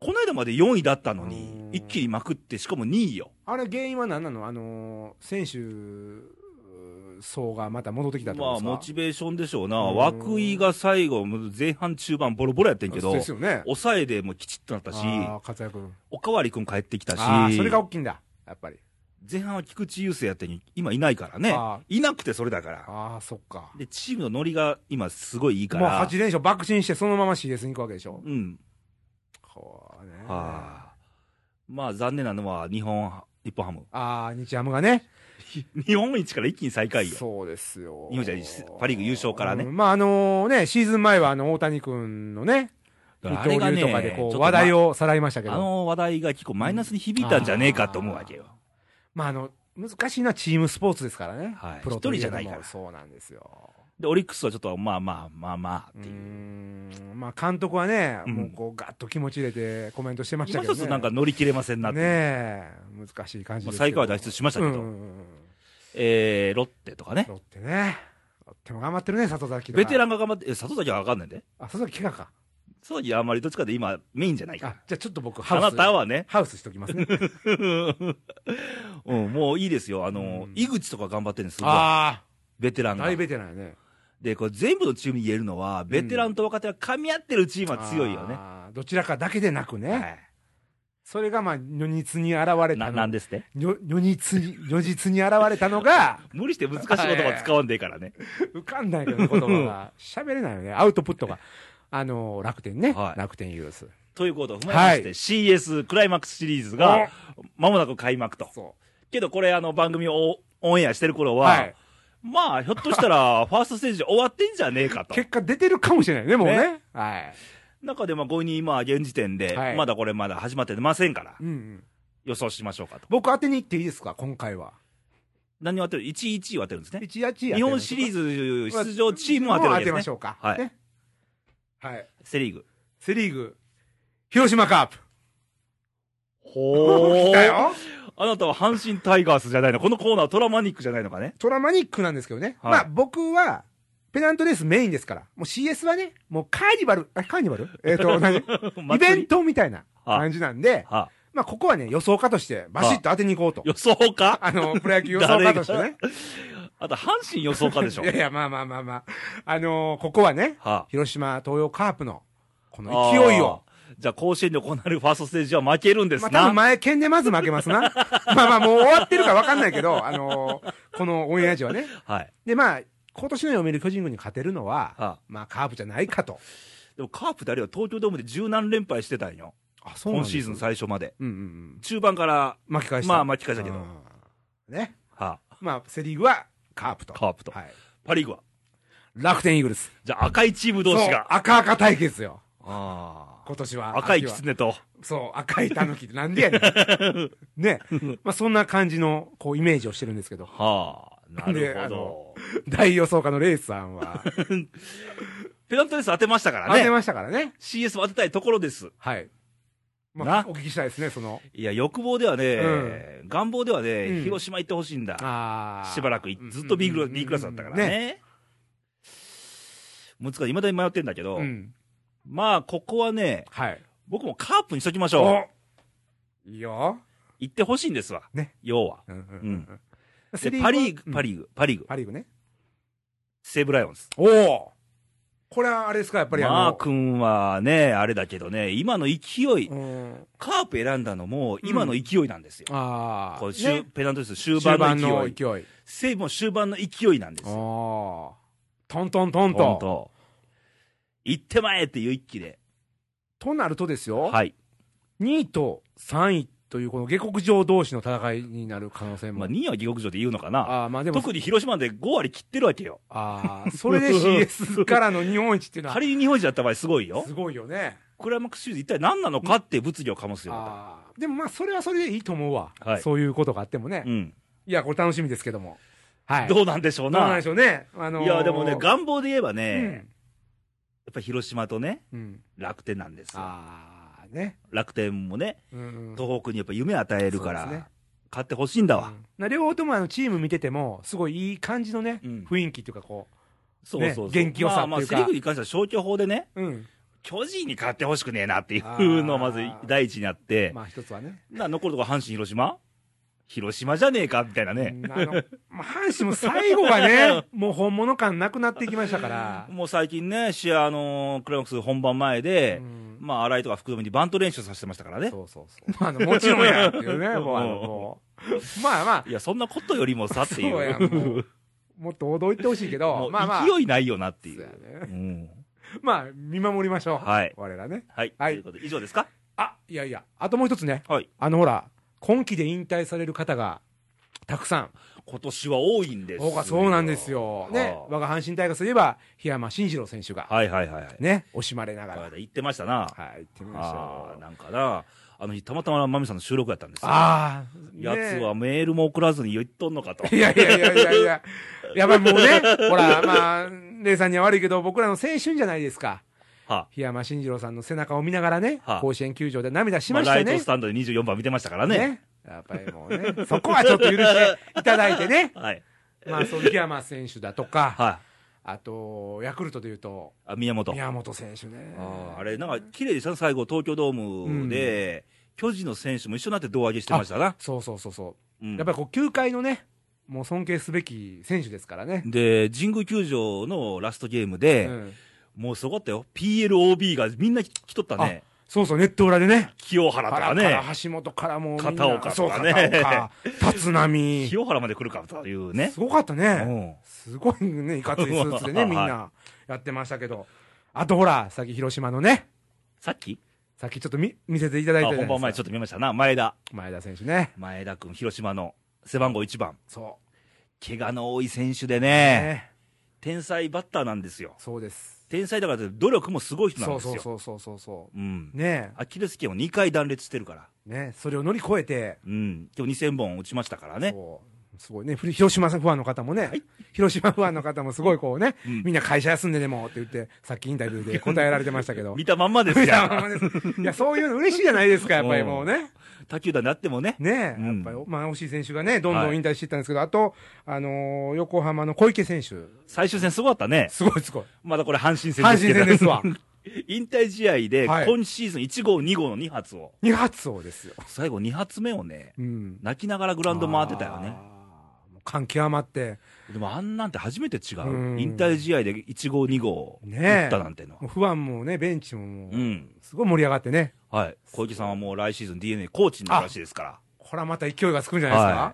Speaker 1: この間まで4位だったのに
Speaker 2: う、ん
Speaker 1: 一気にまくって、しかも2位よ。
Speaker 2: あれ原因は何なのあのー、選手層がまた戻ってきたってこ
Speaker 1: ま
Speaker 2: とで
Speaker 1: あ、
Speaker 2: すか
Speaker 1: モチベーションでしょうな。
Speaker 2: うん
Speaker 1: 涌井が最後、もう前半中盤ボロボロやってんけど
Speaker 2: で、すよね。
Speaker 1: 抑えでもうきちっとなったし、
Speaker 2: ああ活躍。
Speaker 1: おかわりくん帰ってきたし、
Speaker 2: ああ、それが大きいんだ。やっぱり。
Speaker 1: 前半は菊池雄星やってに、今いないからね
Speaker 2: あ。
Speaker 1: いなくてそれだから。
Speaker 2: ああ、そっか。
Speaker 1: で、チームのノリが今すごいいいか
Speaker 2: もう
Speaker 1: ら。
Speaker 2: 8連勝、爆心して、そのまま CS に行くわけでしょ。
Speaker 1: うん。
Speaker 2: こうね
Speaker 1: はあ。まあ、残念なのは、日本、日本ハム。 (laughs)
Speaker 2: ああ、日ハムがね。
Speaker 1: 日本一から一気に最下位よ。
Speaker 2: そうですよ。
Speaker 1: 今じゃパリーグ優勝からね
Speaker 2: うんまあ、あのね、シーズン前は、あの、大谷君のね、二
Speaker 1: あれが
Speaker 2: 刀
Speaker 1: ね
Speaker 2: 流とかで、こ
Speaker 1: ちょっと
Speaker 2: う、
Speaker 1: ま
Speaker 2: 話題をさらいましたけ
Speaker 1: あ
Speaker 2: ど。
Speaker 1: の話題が結構マイナスに響いたんじゃねえかと思うわけよ。
Speaker 2: まあ、あの、難しいのはチームスポーツですからね。
Speaker 1: はい
Speaker 2: プロといえども
Speaker 1: 一人じゃないから
Speaker 2: そうなんですよ。
Speaker 1: で、オリックスはちょっと、まあまあまあまあ
Speaker 2: う
Speaker 1: ってい
Speaker 2: ー
Speaker 1: う。
Speaker 2: んまあ監督はね、
Speaker 1: うん
Speaker 2: もうこうガッと気持ち入れてコメントしてました
Speaker 1: 今
Speaker 2: けど
Speaker 1: 一
Speaker 2: ね。
Speaker 1: つなんか乗り切れませんなって
Speaker 2: ね
Speaker 1: いう。
Speaker 2: え、難しい感じ
Speaker 1: ま
Speaker 2: で
Speaker 1: あ、
Speaker 2: すけ
Speaker 1: 最
Speaker 2: ど。
Speaker 1: 下位は脱出しましたけど、
Speaker 2: うんうんうん
Speaker 1: えー、ロッテとかね。
Speaker 2: ロッテね。ロッテも頑張ってるね、里崎とか。
Speaker 1: ベテラ
Speaker 2: ン。
Speaker 1: ンが頑張って、え、里崎はわかんないんで。
Speaker 2: あ、里崎怪我か。
Speaker 1: 里崎はあんまりどっちかで今メインじゃない
Speaker 2: あ、じ
Speaker 1: か
Speaker 2: ゃあちょっと僕
Speaker 1: ら。
Speaker 2: ハ
Speaker 1: あ
Speaker 2: ウス。
Speaker 1: なたはね、 (laughs)
Speaker 2: ハウスしときますね。
Speaker 1: うん、もういいですよ。あの、
Speaker 2: うん
Speaker 1: 井口とか頑張ってるんですすごい
Speaker 2: あ
Speaker 1: ベテラ
Speaker 2: あ、
Speaker 1: ンが
Speaker 2: 大。ベテランやね。
Speaker 1: で、これ全部のチームに言えるのは、ベテランと若手が噛み合ってるチームは強いよね。
Speaker 2: あー。どちらかだけでなくね。
Speaker 1: はい
Speaker 2: それがまあ、如実に現れた
Speaker 1: な、
Speaker 2: の。
Speaker 1: なんですって
Speaker 2: 如如実に、如実に現れたの
Speaker 1: (laughs)
Speaker 2: が、
Speaker 1: 無理して難しい言葉使わんでいいからね。
Speaker 2: 浮かんない
Speaker 1: (laughs)
Speaker 2: けど、言葉が。喋れないよね。アウトプットが。あのー、楽天ね。
Speaker 1: はい
Speaker 2: 楽天ユース。
Speaker 1: ということを踏まえまして、
Speaker 2: はい
Speaker 1: CS クライマックスシリーズが、まもなく開幕と。
Speaker 2: そ
Speaker 1: けどこれ、あの、番組をオンエアしてる頃
Speaker 2: う。
Speaker 1: は、
Speaker 2: はい。
Speaker 1: まあ、ひょっとした
Speaker 2: (laughs)
Speaker 1: ら、ファーストステージ終わってんじゃねえかと。
Speaker 2: 結果出てるかもしれないね、もうね
Speaker 1: ね。
Speaker 2: はい。
Speaker 1: 中で、まあ、5人、今、現時点で、
Speaker 2: はい
Speaker 1: まだこれまだ始まってませんから
Speaker 2: う、んうん。
Speaker 1: 予想しましょうかと。
Speaker 2: 僕当てに行っていいですか、今回は。
Speaker 1: 何を当てる ?1 位、1位を当てるんですね。
Speaker 2: 一夜一夜
Speaker 1: 日本シリーズ出場チームを当てるわけ
Speaker 2: もう当て
Speaker 1: で
Speaker 2: ますし
Speaker 1: ね。
Speaker 2: ょうか。
Speaker 1: はい
Speaker 2: ねはい。
Speaker 1: セリーグ。
Speaker 2: セリーグ、広島カープ。
Speaker 1: ほ
Speaker 2: 来た (laughs) よ。
Speaker 1: あなたは阪神タイガースじゃないのこのコーナーはトラマニックじゃないのかね
Speaker 2: トラマニックなんですけどね。
Speaker 1: はい
Speaker 2: まあ僕は、ペナントレースメインですから。もう CS はね、もうカーニバル、あカーニバルえ
Speaker 1: (laughs)
Speaker 2: っ、と、何 (laughs) イベン
Speaker 1: ト
Speaker 2: トみたいな感じなんで、
Speaker 1: はあ、
Speaker 2: まあここはね、予想家としてバシッと当てに行こうと。
Speaker 1: 予想か
Speaker 2: あの、プロ野球予想家としてね。
Speaker 1: あと、阪神予想かでしょ
Speaker 2: いやいや、まあまあまあまあ。あのーここはね、
Speaker 1: は
Speaker 2: 広島東洋カープの、こ
Speaker 1: あ
Speaker 2: の勢いを。。
Speaker 1: あーじゃあ、甲子園で行われるファーストステージは負けるんです
Speaker 2: まあ、
Speaker 1: な。
Speaker 2: 多分前剣でまず負けます
Speaker 1: (laughs)
Speaker 2: な。まあまあ、もう終わってるか分かんないけど、あのーこのオンエア時はね。
Speaker 1: はい。
Speaker 2: で、まあ、今年の読売巨人軍に勝てるのは、
Speaker 1: はあ
Speaker 2: まあ、カープじゃないかと。
Speaker 1: でも、カープであるいは東京ドームで十何連敗してたんよ。
Speaker 2: あ、そ
Speaker 1: 今シーズン
Speaker 2: さ、
Speaker 1: 最初まで。
Speaker 2: うんうんうん。
Speaker 1: 中盤から、
Speaker 2: 巻き返した。
Speaker 1: まあ巻き返したけど
Speaker 2: うん。ね。
Speaker 1: は
Speaker 2: まあ、セリーグはカープと。
Speaker 1: カープと
Speaker 2: はい。
Speaker 1: パリーグは。
Speaker 2: 楽天イーグルス。
Speaker 1: じゃあ、赤いチーム同士
Speaker 2: そう
Speaker 1: が。
Speaker 2: 赤赤対決よ。
Speaker 1: あ
Speaker 2: 今年
Speaker 1: あ
Speaker 2: は。
Speaker 1: 赤い
Speaker 2: 秋は
Speaker 1: 狐と。
Speaker 2: そう、赤いタヌキってなんでや
Speaker 1: (laughs)
Speaker 2: ねん。ね。まあ、そんな感じの、こう、イメージをしてるんですけど。
Speaker 1: はあ、な
Speaker 2: で
Speaker 1: る
Speaker 2: あ
Speaker 1: ほ
Speaker 2: の
Speaker 1: ど。
Speaker 2: 大予想家のレイスさんは、
Speaker 1: ペナントレース当てましたから
Speaker 2: 当て
Speaker 1: ね。
Speaker 2: ましたからね。
Speaker 1: CS も当てたいところです。
Speaker 2: はい。まあ
Speaker 1: な、
Speaker 2: お聞きしたいですね、その。
Speaker 1: いや、欲望ではね、願望ではね、
Speaker 2: うん
Speaker 1: 広島行ってほしいんだ。
Speaker 2: あ
Speaker 1: しばらくいずっと B クラス B クラスだったからね。。難しい。未だに迷ってんだけど、
Speaker 2: うん。
Speaker 1: まあ、ここはね、
Speaker 2: はい。
Speaker 1: 僕もカープにしときましょう。
Speaker 2: おいいよ。
Speaker 1: 行ってほしいんですわ。
Speaker 2: ね
Speaker 1: 要は。
Speaker 2: うんうん
Speaker 1: うん
Speaker 2: うん
Speaker 1: でパリーグ、パ
Speaker 2: ーグ
Speaker 1: リーグ、パリーグ
Speaker 2: は。、パリーグね。
Speaker 1: 西武ライオンズ。
Speaker 2: おおこれはあれですか、やっぱりあの。
Speaker 1: マー君はね、あれだけどね、今の勢い、
Speaker 2: うん。
Speaker 1: カープ選んだのも今の勢いなんですよ。
Speaker 2: あ
Speaker 1: こう
Speaker 2: あ。
Speaker 1: 終
Speaker 2: ね
Speaker 1: ペナントレース終
Speaker 2: 終
Speaker 1: 盤
Speaker 2: 盤
Speaker 1: の
Speaker 2: の
Speaker 1: 勢い。
Speaker 2: 勢い。
Speaker 1: 西武も終盤の勢いなんです
Speaker 2: ああ
Speaker 1: よ。
Speaker 2: トントントン
Speaker 1: 本
Speaker 2: トン。
Speaker 1: 当。行ってまえっていう一気で。
Speaker 2: となるとですよ。
Speaker 1: はい。
Speaker 2: 2位と3位というこの下克上同士の戦いになる可能性
Speaker 1: ま
Speaker 2: も。
Speaker 1: あ、2位は下克上で言うのかな。
Speaker 2: ああ、まあでも、
Speaker 1: 特に広島で5割切ってるわけよ。
Speaker 2: ああ、それで (laughs) CS からの日本一っていうのは、
Speaker 1: 仮に日本一だった場合すごいよ
Speaker 2: す。ごいよね。
Speaker 1: クライマックスシリーズ一体何なのかっていう物議を醸すよ。ま
Speaker 2: ああでもまあ、それはそれでいいと思うわ、
Speaker 1: はい
Speaker 2: そういうことがあってもね。
Speaker 1: たうん。
Speaker 2: いや、これ楽しみですけども。はい。ど
Speaker 1: どうなんでしょう
Speaker 2: うなん
Speaker 1: な
Speaker 2: で。しょうね。あのー
Speaker 1: いや、でもね、願望で言えばね、や
Speaker 2: うん
Speaker 1: っぱ広島とね、
Speaker 2: うん。
Speaker 1: 楽天なんですよ。
Speaker 2: ああ、ね。
Speaker 1: 楽天もね、
Speaker 2: うんうん
Speaker 1: 東北にやっぱ夢与えるか
Speaker 2: そうですね
Speaker 1: ら、勝ってほしいんだわ。
Speaker 2: な両方ともあのチーム見てても、すごいいい感じのね、
Speaker 1: うん
Speaker 2: 雰囲気っていうかこ
Speaker 1: そうそうそう。
Speaker 2: ね元気よさっていうか
Speaker 1: まあまあ、セリフに関しては消去法でね、
Speaker 2: う、うん。
Speaker 1: 巨人に勝ってほしくねえなってい
Speaker 2: あ
Speaker 1: う
Speaker 2: ー
Speaker 1: のがまず第一にあって、
Speaker 2: まあ一つはね。
Speaker 1: な残るとこ阪神、広島広島じゃねえかみたいなね。
Speaker 2: うんあの、まあ阪神も最後がね、もう本物感なくなっていきましたから。
Speaker 1: もう最近ね、試合、あのークライマックス本番前で、
Speaker 2: うん
Speaker 1: まあ、新井とか福留にバント練習させてましたからね。
Speaker 2: そうそうそう。まああの、もちろんやっていう
Speaker 1: (laughs)
Speaker 2: ね、もうあの、もう。まあまあ、
Speaker 1: いや、そんなことよりもさってい
Speaker 2: そうや
Speaker 1: う。
Speaker 2: もうもっと驚いてほしい
Speaker 1: (laughs)
Speaker 2: け
Speaker 1: も
Speaker 2: ど
Speaker 1: う、
Speaker 2: まあまあ。
Speaker 1: 勢いないよなっていう。
Speaker 2: そう
Speaker 1: う
Speaker 2: やね
Speaker 1: ん
Speaker 2: まあ、見守りましょう。
Speaker 1: はい
Speaker 2: 我らね。
Speaker 1: はい。
Speaker 2: はい
Speaker 1: ということで以上ですか
Speaker 2: あ、いやいや、あともう一つね。
Speaker 1: はい。
Speaker 2: あの、ほら、今期で引退される方が、たくさん。
Speaker 1: 今年は多いんですよ。
Speaker 2: 僕はそうなんですよ。ね。
Speaker 1: は
Speaker 2: 我が阪神タイガースといえば、檜山慎二郎選手
Speaker 1: あ
Speaker 2: が、
Speaker 1: はいはいはいはい。
Speaker 2: ね、惜しまれなが
Speaker 1: この
Speaker 2: ら。
Speaker 1: 間言ってましたな。
Speaker 2: はい、行ってみまし
Speaker 1: ああ
Speaker 2: ょ
Speaker 1: ー、
Speaker 2: う。
Speaker 1: なんかな。あの日、たまたまマミさんの収録やったんですよ。
Speaker 2: ああ、
Speaker 1: やつ
Speaker 2: ね
Speaker 1: はメールも送らずに言っとんのかと。
Speaker 2: いやいやいやいやいや、やっぱりもうね、ほら、まあ、レイさんには悪いけど、僕らの青春じゃないですか。
Speaker 1: は
Speaker 2: 檜山慎二郎さんの背中を見ながらね、
Speaker 1: はあ
Speaker 2: 甲子園球場で涙し
Speaker 1: まあ
Speaker 2: ました
Speaker 1: ライ
Speaker 2: ね。
Speaker 1: トスタンドで24番見てましたからね。。
Speaker 2: ね。やっぱりもうね、そこはちょっと許していただいてね
Speaker 1: はい。
Speaker 2: まあ、そういう檜山選手だとか、
Speaker 1: はい。
Speaker 2: あと、ヤクルトでいうと、
Speaker 1: あ、宮本。
Speaker 2: 宮本選手ね。
Speaker 1: あーあれ、なんか綺麗でしたね、最後、東京ドームで、巨人の選手も一緒になって胴上げしてましたな。
Speaker 2: そうそうそうそうう。
Speaker 1: ん
Speaker 2: やっぱりこう、球界のね、もう尊敬すべき選手ですからね。
Speaker 1: で、神宮球場のラストゲーム
Speaker 2: う
Speaker 1: で、
Speaker 2: ん
Speaker 1: もうすごかったよ。PLOB がみんな来とったね。
Speaker 2: そうそう、ネット裏でね。
Speaker 1: 清原とか
Speaker 2: 原から
Speaker 1: ね。
Speaker 2: 橋本からもうみんな、
Speaker 1: 片岡
Speaker 2: そ
Speaker 1: と
Speaker 2: う
Speaker 1: か
Speaker 2: 片
Speaker 1: ね
Speaker 2: 岡、
Speaker 1: (laughs)
Speaker 2: 立浪。
Speaker 1: 清原まで来るかというね。
Speaker 2: すごかった
Speaker 1: う
Speaker 2: ね。
Speaker 1: ん
Speaker 2: すごいね、いかついスーツでね、
Speaker 1: (laughs) はい
Speaker 2: みんなやってましたけど。あとほら、さっき広島のね、
Speaker 1: さっき
Speaker 2: さっきちょっと見見せていただ
Speaker 1: あ
Speaker 2: いたじゃ
Speaker 1: 本番
Speaker 2: ないですか
Speaker 1: 前ちょっと見ましたな。前田。
Speaker 2: 前田選手ね。
Speaker 1: 前田君、広島の背番号1番。
Speaker 2: そ
Speaker 1: 怪我の多い選手で
Speaker 2: う。
Speaker 1: ね、
Speaker 2: ね。
Speaker 1: 天才バッターなんですよ。
Speaker 2: そうです。
Speaker 1: 天才だからって努力もすごい人なん
Speaker 2: そう
Speaker 1: ですよ。
Speaker 2: そうそうそうそうそ
Speaker 1: うん
Speaker 2: う。。ね
Speaker 1: アキレス腱を2回断裂してるから。
Speaker 2: え。ねそれを乗り越えて、
Speaker 1: うん。今日2000本打ちましたからね。
Speaker 2: そうすごいね。ふり広島ファンの方もね、広島ファンの方もすごいこうね、
Speaker 1: うん
Speaker 2: みんな会社休んででもって言って、さっきインタビューで答えられてましたけど。
Speaker 1: 見たまんまです
Speaker 2: い (laughs) や
Speaker 1: よ。
Speaker 2: ほんまですいや、そういうの嬉しいじゃないですか、やっぱりもうね。
Speaker 1: 他球団になってもね。
Speaker 2: ねえ、
Speaker 1: うん
Speaker 2: やっぱり、まあ、惜しい選手がね、どんど
Speaker 1: は
Speaker 2: ん
Speaker 1: い
Speaker 2: 引退していったんですけど、あと、あのー横浜の小池選手。
Speaker 1: 最終戦すごかったね。
Speaker 2: すごいすごい。
Speaker 1: まだこれ阪神戦
Speaker 2: 阪
Speaker 1: ですけ
Speaker 2: 神
Speaker 1: ど。
Speaker 2: 戦ですわ。。
Speaker 1: (laughs) 引退試合で、
Speaker 2: はい
Speaker 1: 今シーズン1号、2号の2発を。
Speaker 2: 二発王ですよ。
Speaker 1: 最後2発目をね、
Speaker 2: うん。
Speaker 1: 泣きながらグラウンド回ってたよね。
Speaker 2: あー。もう感極まって、
Speaker 1: でもあんなんて初めて違
Speaker 2: う
Speaker 1: う。
Speaker 2: ん
Speaker 1: 引退試合で1号、2号
Speaker 2: ねえ
Speaker 1: 打ったなんてのは
Speaker 2: もう不安もね、ベンチもも
Speaker 1: う
Speaker 2: う、
Speaker 1: ん。
Speaker 2: すごい盛り上がってね。
Speaker 1: はい。小池さんはもう来シーズン DNA コーチになるらしいですから。
Speaker 2: これはまた勢いがつくんじゃな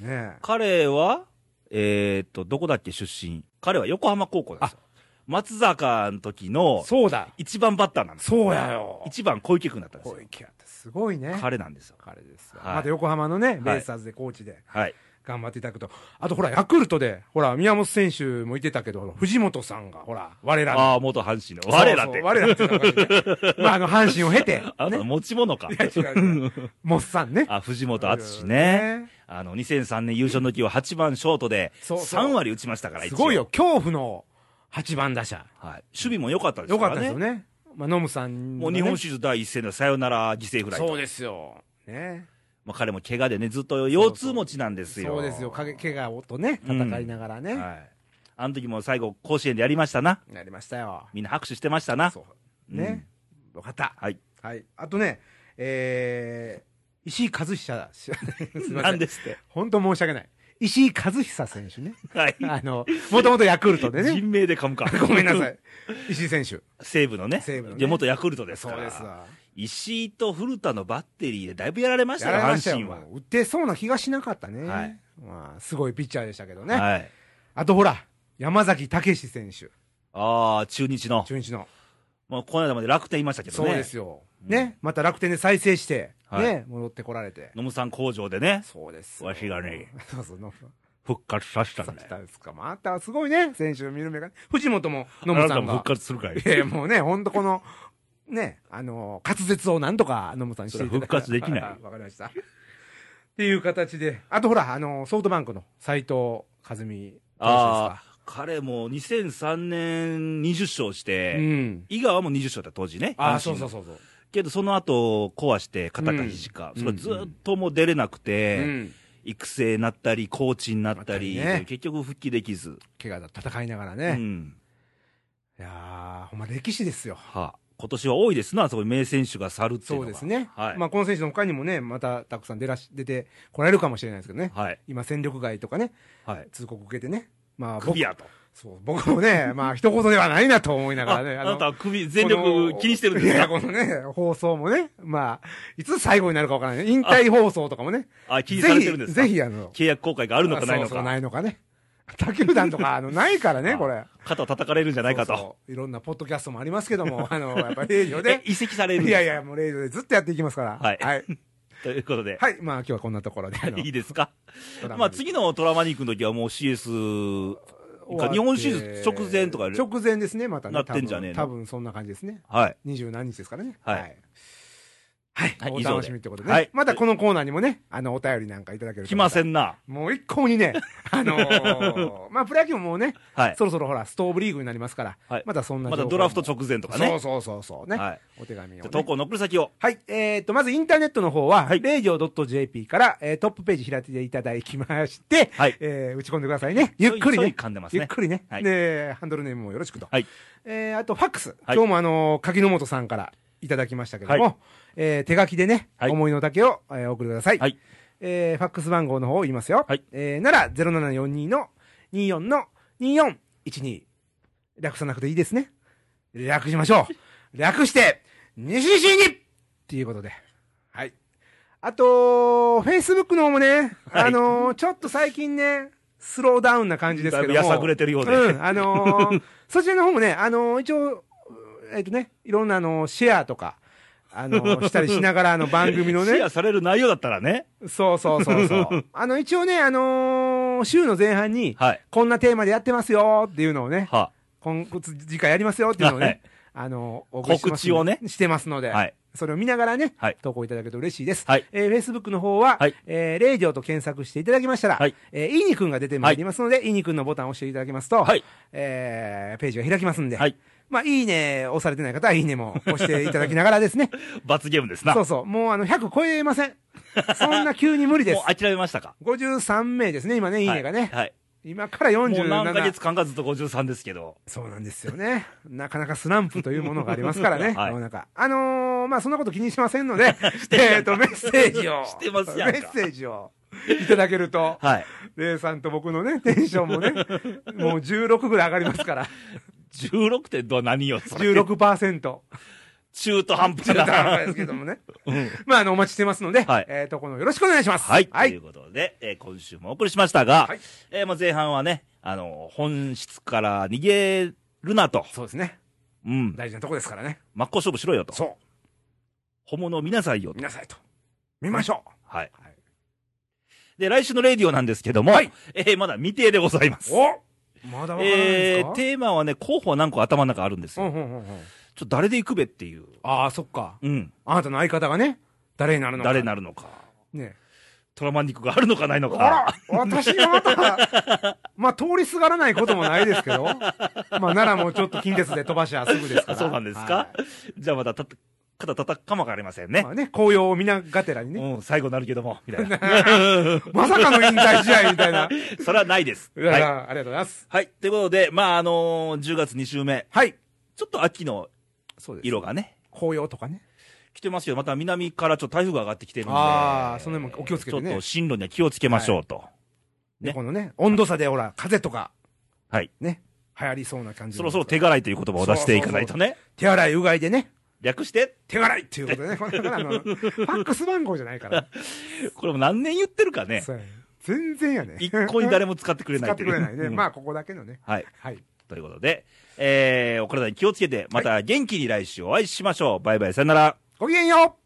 Speaker 2: いですか。ねえ。
Speaker 1: 彼は、えーっと、どこだっけ出身彼は横浜高校なんですよ。松坂の時の
Speaker 2: そうだ。
Speaker 1: 一番バッターなんですよ。
Speaker 2: そうやよ。
Speaker 1: 一番小池君だったんです
Speaker 2: 小
Speaker 1: よ。
Speaker 2: 池やって、すごいね。
Speaker 1: 彼なんですよ。
Speaker 2: 彼ですよ。
Speaker 1: はい
Speaker 2: また横浜のね、ベ
Speaker 1: はい
Speaker 2: イスターズでコーチで。
Speaker 1: はい。
Speaker 2: 頑張っていただくと。あとほら、ヤクルトで、ほら、宮本選手もいてたけど、藤本さんが、ほら、我らの。
Speaker 1: ああ、元阪神の。我らっ
Speaker 2: そう
Speaker 1: て
Speaker 2: そう。我らって言ったら
Speaker 1: (laughs)
Speaker 2: おかしいね。まあ、あの、阪神を経て。
Speaker 1: あなた持ち物か。
Speaker 2: 違う違う。モッサンね。
Speaker 1: (laughs) あ、藤本敦ね。。あの、2003年優勝の時は8番ショートで、
Speaker 2: そうそう
Speaker 1: 3割打ちましたから、
Speaker 2: すごいよ。
Speaker 1: 一
Speaker 2: 恐怖の8番打者。
Speaker 1: 応。はい。守備も良かったです
Speaker 2: よ
Speaker 1: か
Speaker 2: かっ
Speaker 1: ら
Speaker 2: たです
Speaker 1: ね。
Speaker 2: よね。まあ、ノムさん
Speaker 1: も
Speaker 2: の
Speaker 1: う
Speaker 2: ね。
Speaker 1: 日本シリーズ第一戦のサヨナラ犠牲フライと。
Speaker 2: そうですよ。ね。
Speaker 1: まあ彼も怪我でね、ずっと腰痛持ちなんですよ。
Speaker 2: そうですよ。かげ怪我をとね、戦いながらね。
Speaker 1: はい。あの時も最後、甲子園でやりましたな。
Speaker 2: なりましたよ。
Speaker 1: みんな拍手してましたな。
Speaker 2: そう。ね。よかった。
Speaker 1: はい。
Speaker 2: はい。あとね、えー、石井和 (laughs) 久、すいま
Speaker 1: な
Speaker 2: せ
Speaker 1: ん
Speaker 2: ん。
Speaker 1: ですって。
Speaker 2: 本当申し訳ない。石井和久選手 (laughs) ね。
Speaker 1: はい。
Speaker 2: あの、もともとヤクルトでね。 (laughs)
Speaker 1: 人名で噛むか。
Speaker 2: ごめんなさ。い。石井選手。
Speaker 1: 西武のね。
Speaker 2: 西武のね
Speaker 1: で元ヤクルトです
Speaker 2: そ
Speaker 1: か
Speaker 2: う
Speaker 1: ら。
Speaker 2: ですわ。
Speaker 1: 石井と古田のバッテリーでだいぶやられました
Speaker 2: や
Speaker 1: よ、
Speaker 2: られました
Speaker 1: 阪神
Speaker 2: よ。
Speaker 1: は。
Speaker 2: もう打てそうな気がしなかったね。
Speaker 1: はい
Speaker 2: まあ、すごいピッチャーでしたけどね。
Speaker 1: はい。
Speaker 2: あとほら、山崎武史選手。
Speaker 1: ああ、中日の。
Speaker 2: 中日の。
Speaker 1: まあ、この間まで楽天いましたけど
Speaker 2: そう
Speaker 1: ね。
Speaker 2: ですよ。ね。また楽天で再生して、
Speaker 1: はい
Speaker 2: ね、戻ってこられて。
Speaker 1: 野村さん工場でね、
Speaker 2: そうですよ。
Speaker 1: わしがね、
Speaker 2: (laughs) そうそう、ノム
Speaker 1: 復活させた
Speaker 2: さ
Speaker 1: ん
Speaker 2: ん
Speaker 1: だ
Speaker 2: 来
Speaker 1: よ。
Speaker 2: たんですか。またすごいね、選手を見る目が。藤本も、野
Speaker 1: あ
Speaker 2: 村
Speaker 1: な
Speaker 2: さ
Speaker 1: た
Speaker 2: ん
Speaker 1: も
Speaker 2: が
Speaker 1: 復。活するかい
Speaker 2: い。やいやもうね、ほんとこの、ね、あの、滑舌をなんとか野村さんにしていただいて
Speaker 1: それは復活できない
Speaker 2: (laughs) わかりました。っていう形で。あとほら、あの、ソフトバンクの斎藤和美投手で
Speaker 1: ああ、彼も2003年20勝し
Speaker 2: すか。う
Speaker 1: て、
Speaker 2: ん。
Speaker 1: 井川も20勝だった当時ね。
Speaker 2: ああ、
Speaker 1: 阪
Speaker 2: そ
Speaker 1: 神
Speaker 2: う
Speaker 1: の
Speaker 2: そうそうそう。
Speaker 1: けどその後壊して肩か肘か、
Speaker 2: うん
Speaker 1: それずっともう出れなくて、
Speaker 2: うん。
Speaker 1: 育成になったりコーチになったり、
Speaker 2: なったりね
Speaker 1: 結局復帰できず、
Speaker 2: 怪我と戦いながら
Speaker 1: う
Speaker 2: ね。
Speaker 1: ん
Speaker 2: いやー、ほんま歴史ですよ。
Speaker 1: は今年は多いですなそこに名選手が去るっていうの
Speaker 2: そう
Speaker 1: が
Speaker 2: ですね。
Speaker 1: はい、
Speaker 2: まあ、この選手の他にもね、またたくさん出らし、出てこられるかもしれないですけどね。
Speaker 1: はい
Speaker 2: 今、戦力外とかね、
Speaker 1: はい
Speaker 2: 通告受けてね。まあ、
Speaker 1: ク
Speaker 2: 僕
Speaker 1: ビ、やと
Speaker 2: そう、僕もね、 (laughs) まあ、一言ではないなと思いな
Speaker 1: だ
Speaker 2: が
Speaker 1: (laughs)
Speaker 2: らね。
Speaker 1: あ
Speaker 2: の
Speaker 1: なたは首全力気にしてるんです
Speaker 2: い
Speaker 1: か
Speaker 2: や、このね、放送もね、まあ、いつ最後になるかわからない。引退放送とかもね。
Speaker 1: あ気にされてるんですか
Speaker 2: ぜひ、ぜひあの、
Speaker 1: 契約更改があるのかないの
Speaker 2: そうそう
Speaker 1: か
Speaker 2: ないのかね。他球団とか、あの、ないからね、
Speaker 1: あ
Speaker 2: これ。
Speaker 1: 肩叩かれるんじゃないかと
Speaker 2: そうそういろんなポッドキャストもありますけども、あの、やっぱりレイジ
Speaker 1: (laughs)
Speaker 2: オで
Speaker 1: え。移籍されるん
Speaker 2: い
Speaker 1: です
Speaker 2: やいや、もうレイジオでずっとやっていきますから。
Speaker 1: はい
Speaker 2: はい。
Speaker 1: ということで、
Speaker 2: はいまあ、今日はこんなところで。あの
Speaker 1: い、いですか
Speaker 2: ドラマ
Speaker 1: まあ次のトラマニックの時はもう CS 日本シリーズ直前とか
Speaker 2: 直前ですね、またね。
Speaker 1: なってんじゃねえの
Speaker 2: 多分多分そんな感じですね。
Speaker 1: はい
Speaker 2: 二十何日ですからね。
Speaker 1: はい
Speaker 2: はい。はい
Speaker 1: はい。
Speaker 2: お
Speaker 1: 以上で
Speaker 2: 楽しみってことで、ね
Speaker 1: はい
Speaker 2: またこのコーナーにもね、あの、お便りなんかいただけると。
Speaker 1: 来ませんな。
Speaker 2: もう一向
Speaker 1: (laughs)
Speaker 2: にね、あのーまあ、プロ野球ももうね、
Speaker 1: はい。
Speaker 2: そろそろほら、ストーブリーグになりますから、
Speaker 1: はい
Speaker 2: またそんな
Speaker 1: まだドラフト
Speaker 2: ょ
Speaker 1: 直前とか
Speaker 2: そ
Speaker 1: ね
Speaker 2: う。そうそうそうね。
Speaker 1: はい
Speaker 2: お手紙を、
Speaker 1: じゃあ
Speaker 2: ね。
Speaker 1: 投稿の送り先を。
Speaker 2: はい。えっ、と、まずインターネットの方は、
Speaker 1: はい
Speaker 2: radio.jp から、えートップページ開いていただきまして、
Speaker 1: はい
Speaker 2: えー打ち込んでくださいね。ゆっくり
Speaker 1: 急い急
Speaker 2: ね。
Speaker 1: い噛んでますね
Speaker 2: ゆっくりね。
Speaker 1: はい
Speaker 2: で、ハンドルネームもよろしくと。
Speaker 1: はい。
Speaker 2: えーあと、ファックス。
Speaker 1: はい
Speaker 2: 今日もあのー柿の本さんからいただきましたけども、
Speaker 1: はい
Speaker 2: えー手書きでね、
Speaker 1: はい
Speaker 2: 思いの丈を、えー送ってください。
Speaker 1: はい。
Speaker 2: えーファックス番号の方を言いますよ。
Speaker 1: はい
Speaker 2: えーなら、0742の24の2412。略さなくていいですね。略しましょう。略して、西西にっていうことで。はい。あと、Facebook の方もね、
Speaker 1: はい
Speaker 2: あのーちょっと最近ね、スローダウンな感じですけども。
Speaker 1: だいぶやさぐれてるようで
Speaker 2: ん、あの
Speaker 1: (laughs)
Speaker 2: ーそちらの方もね、あのー一応、えっ、とね、いろんな、あのーシェアとか、あのーしたりしな
Speaker 1: (laughs)
Speaker 2: がら、あの、番組の
Speaker 1: シ
Speaker 2: ね、
Speaker 1: ェアされる内容だったらね。
Speaker 2: そうそうそ
Speaker 1: (laughs)
Speaker 2: うそう。あの、一応ね、あのー週の前半に、
Speaker 1: はい。
Speaker 2: こんなテーマでやってますよっていうのをね、
Speaker 1: は
Speaker 2: 今次回やりますよっていうのをね、
Speaker 1: はい
Speaker 2: あのーお送りしてます
Speaker 1: 告知をね
Speaker 2: してますので、
Speaker 1: はい
Speaker 2: それを見ながらね、
Speaker 1: はい
Speaker 2: 投稿いただけると嬉しいです。
Speaker 1: はい
Speaker 2: えー Facebook の方は、
Speaker 1: はい
Speaker 2: えー、レイディオと検索していただきましたら、
Speaker 1: はい
Speaker 2: えー、いいにくんが出てまいりますので、い、いにくんのボタンを押していただきますと、
Speaker 1: はい
Speaker 2: えーページが開きますんで、
Speaker 1: はい
Speaker 2: まあ、いいね押されてない方は、いいねも押していただきながらで
Speaker 1: (laughs)
Speaker 2: すね、
Speaker 1: 罰ゲームですな。
Speaker 2: そ
Speaker 1: も
Speaker 2: う
Speaker 1: う
Speaker 2: そう、もうあの、100超えません。そんな急に無理
Speaker 1: (laughs)
Speaker 2: です。
Speaker 1: 諦めましたか
Speaker 2: 53名ですね、今ね、いいねがね。
Speaker 1: はい。
Speaker 2: 今から
Speaker 1: はいもう何ヶ
Speaker 2: 47
Speaker 1: 月。間かずっと53ですけど。
Speaker 2: そうなんですよね。 (laughs) なかなかスランプというものがありますからね、
Speaker 1: (laughs) はい
Speaker 2: 世の中。あのー、まあ、そんなこと気にしません
Speaker 1: (laughs)
Speaker 2: ので、 (laughs) えっと、メッセージを。
Speaker 1: してますやんか
Speaker 2: メッセージを。いただけると、
Speaker 1: はい。
Speaker 2: レイさんと僕のね、テンション
Speaker 1: (laughs)
Speaker 2: もね、もう16ぐらい上がりますから、
Speaker 1: 16点とは何よ、それ。
Speaker 2: 16%。
Speaker 1: 中途半端
Speaker 2: だ
Speaker 1: だ。
Speaker 2: ったんですけどもね。
Speaker 1: うん
Speaker 2: まあ、あの、お待ちしてますので、
Speaker 1: はい
Speaker 2: えっと、このよろしくお願いします。
Speaker 1: はい。
Speaker 2: は
Speaker 1: とい。
Speaker 2: いう
Speaker 1: ことで、えー今週もお送りしましたが、
Speaker 2: はい
Speaker 1: えーまあ前半はね、あの、本質から逃げるなと。
Speaker 2: そうですね。
Speaker 1: うん。
Speaker 2: 大事なとこですからね。
Speaker 1: 真っ向勝負しろよと。
Speaker 2: そう。
Speaker 1: 本物を見なさいよと
Speaker 2: 見。なさいと。見ましょ
Speaker 1: はい
Speaker 2: はい。
Speaker 1: で、来週のレディオなんですけども、
Speaker 2: はい
Speaker 1: えーまだ未定でございます
Speaker 2: う。。おまだわからな
Speaker 1: え
Speaker 2: いです
Speaker 1: ー
Speaker 2: か、
Speaker 1: テーマはね、候補は何個頭の中あるんですよ。
Speaker 2: うんうんうんうん
Speaker 1: ちょっと誰で行くべっていう。
Speaker 2: ああ、そっか。
Speaker 1: うん。
Speaker 2: あなたの相方がね、誰になるのか。
Speaker 1: 誰になるのか。
Speaker 2: ね
Speaker 1: トラマニックがあるのかないの
Speaker 2: あ
Speaker 1: か。
Speaker 2: ら、私がまた、 (laughs) まあ、通りすがらないこともないですけど、まあ、奈良もちょっと近鉄で飛ばしはすぐですから。
Speaker 1: そうなんですか、
Speaker 2: は
Speaker 1: じゃあまたたた、肩叩くかもわかりません
Speaker 2: い
Speaker 1: ね
Speaker 2: ま。あね、紅葉を皆がてらにね、
Speaker 1: うん、最後になるけども、みたい
Speaker 2: (laughs)
Speaker 1: な。
Speaker 2: まさかの引退試合みたいな。
Speaker 1: それはないです。
Speaker 2: いや
Speaker 1: はいい。
Speaker 2: やありがとうございます。
Speaker 1: はい。ということで、まあ、あのー10月2週目、
Speaker 2: はい。
Speaker 1: ちょっと秋の
Speaker 2: そうです。
Speaker 1: 色がね、
Speaker 2: 紅葉とかね。
Speaker 1: 来てますけど、また南からちょっと台風が上がってきてるんで、
Speaker 2: あーその辺もお気をつけてね
Speaker 1: ちょっと進路には気をつけましょうと。ね
Speaker 2: ね、このね、温度差でほら、風とか、
Speaker 1: はい。
Speaker 2: ね、流行りそうな感じ。
Speaker 1: そろそろ手洗いという言葉を出していかないとね。
Speaker 2: 手洗い、うがいでね、
Speaker 1: 略して、
Speaker 2: 手洗いっていうことでね、 (laughs) これだからあの、ファックス番号じゃないから。
Speaker 1: これも何年言ってるかね。
Speaker 2: そうやね全然やね。
Speaker 1: 一向に誰も使ってくれない
Speaker 2: 使ってくれないね。ま
Speaker 1: あ。
Speaker 2: あ、ここだけのね。
Speaker 1: (laughs) はい。
Speaker 2: はい。
Speaker 1: ということで、えー、お体に気をつけて、また元気に来週お会いしましょう。バイバイ、さよなら。
Speaker 2: ごきげんよう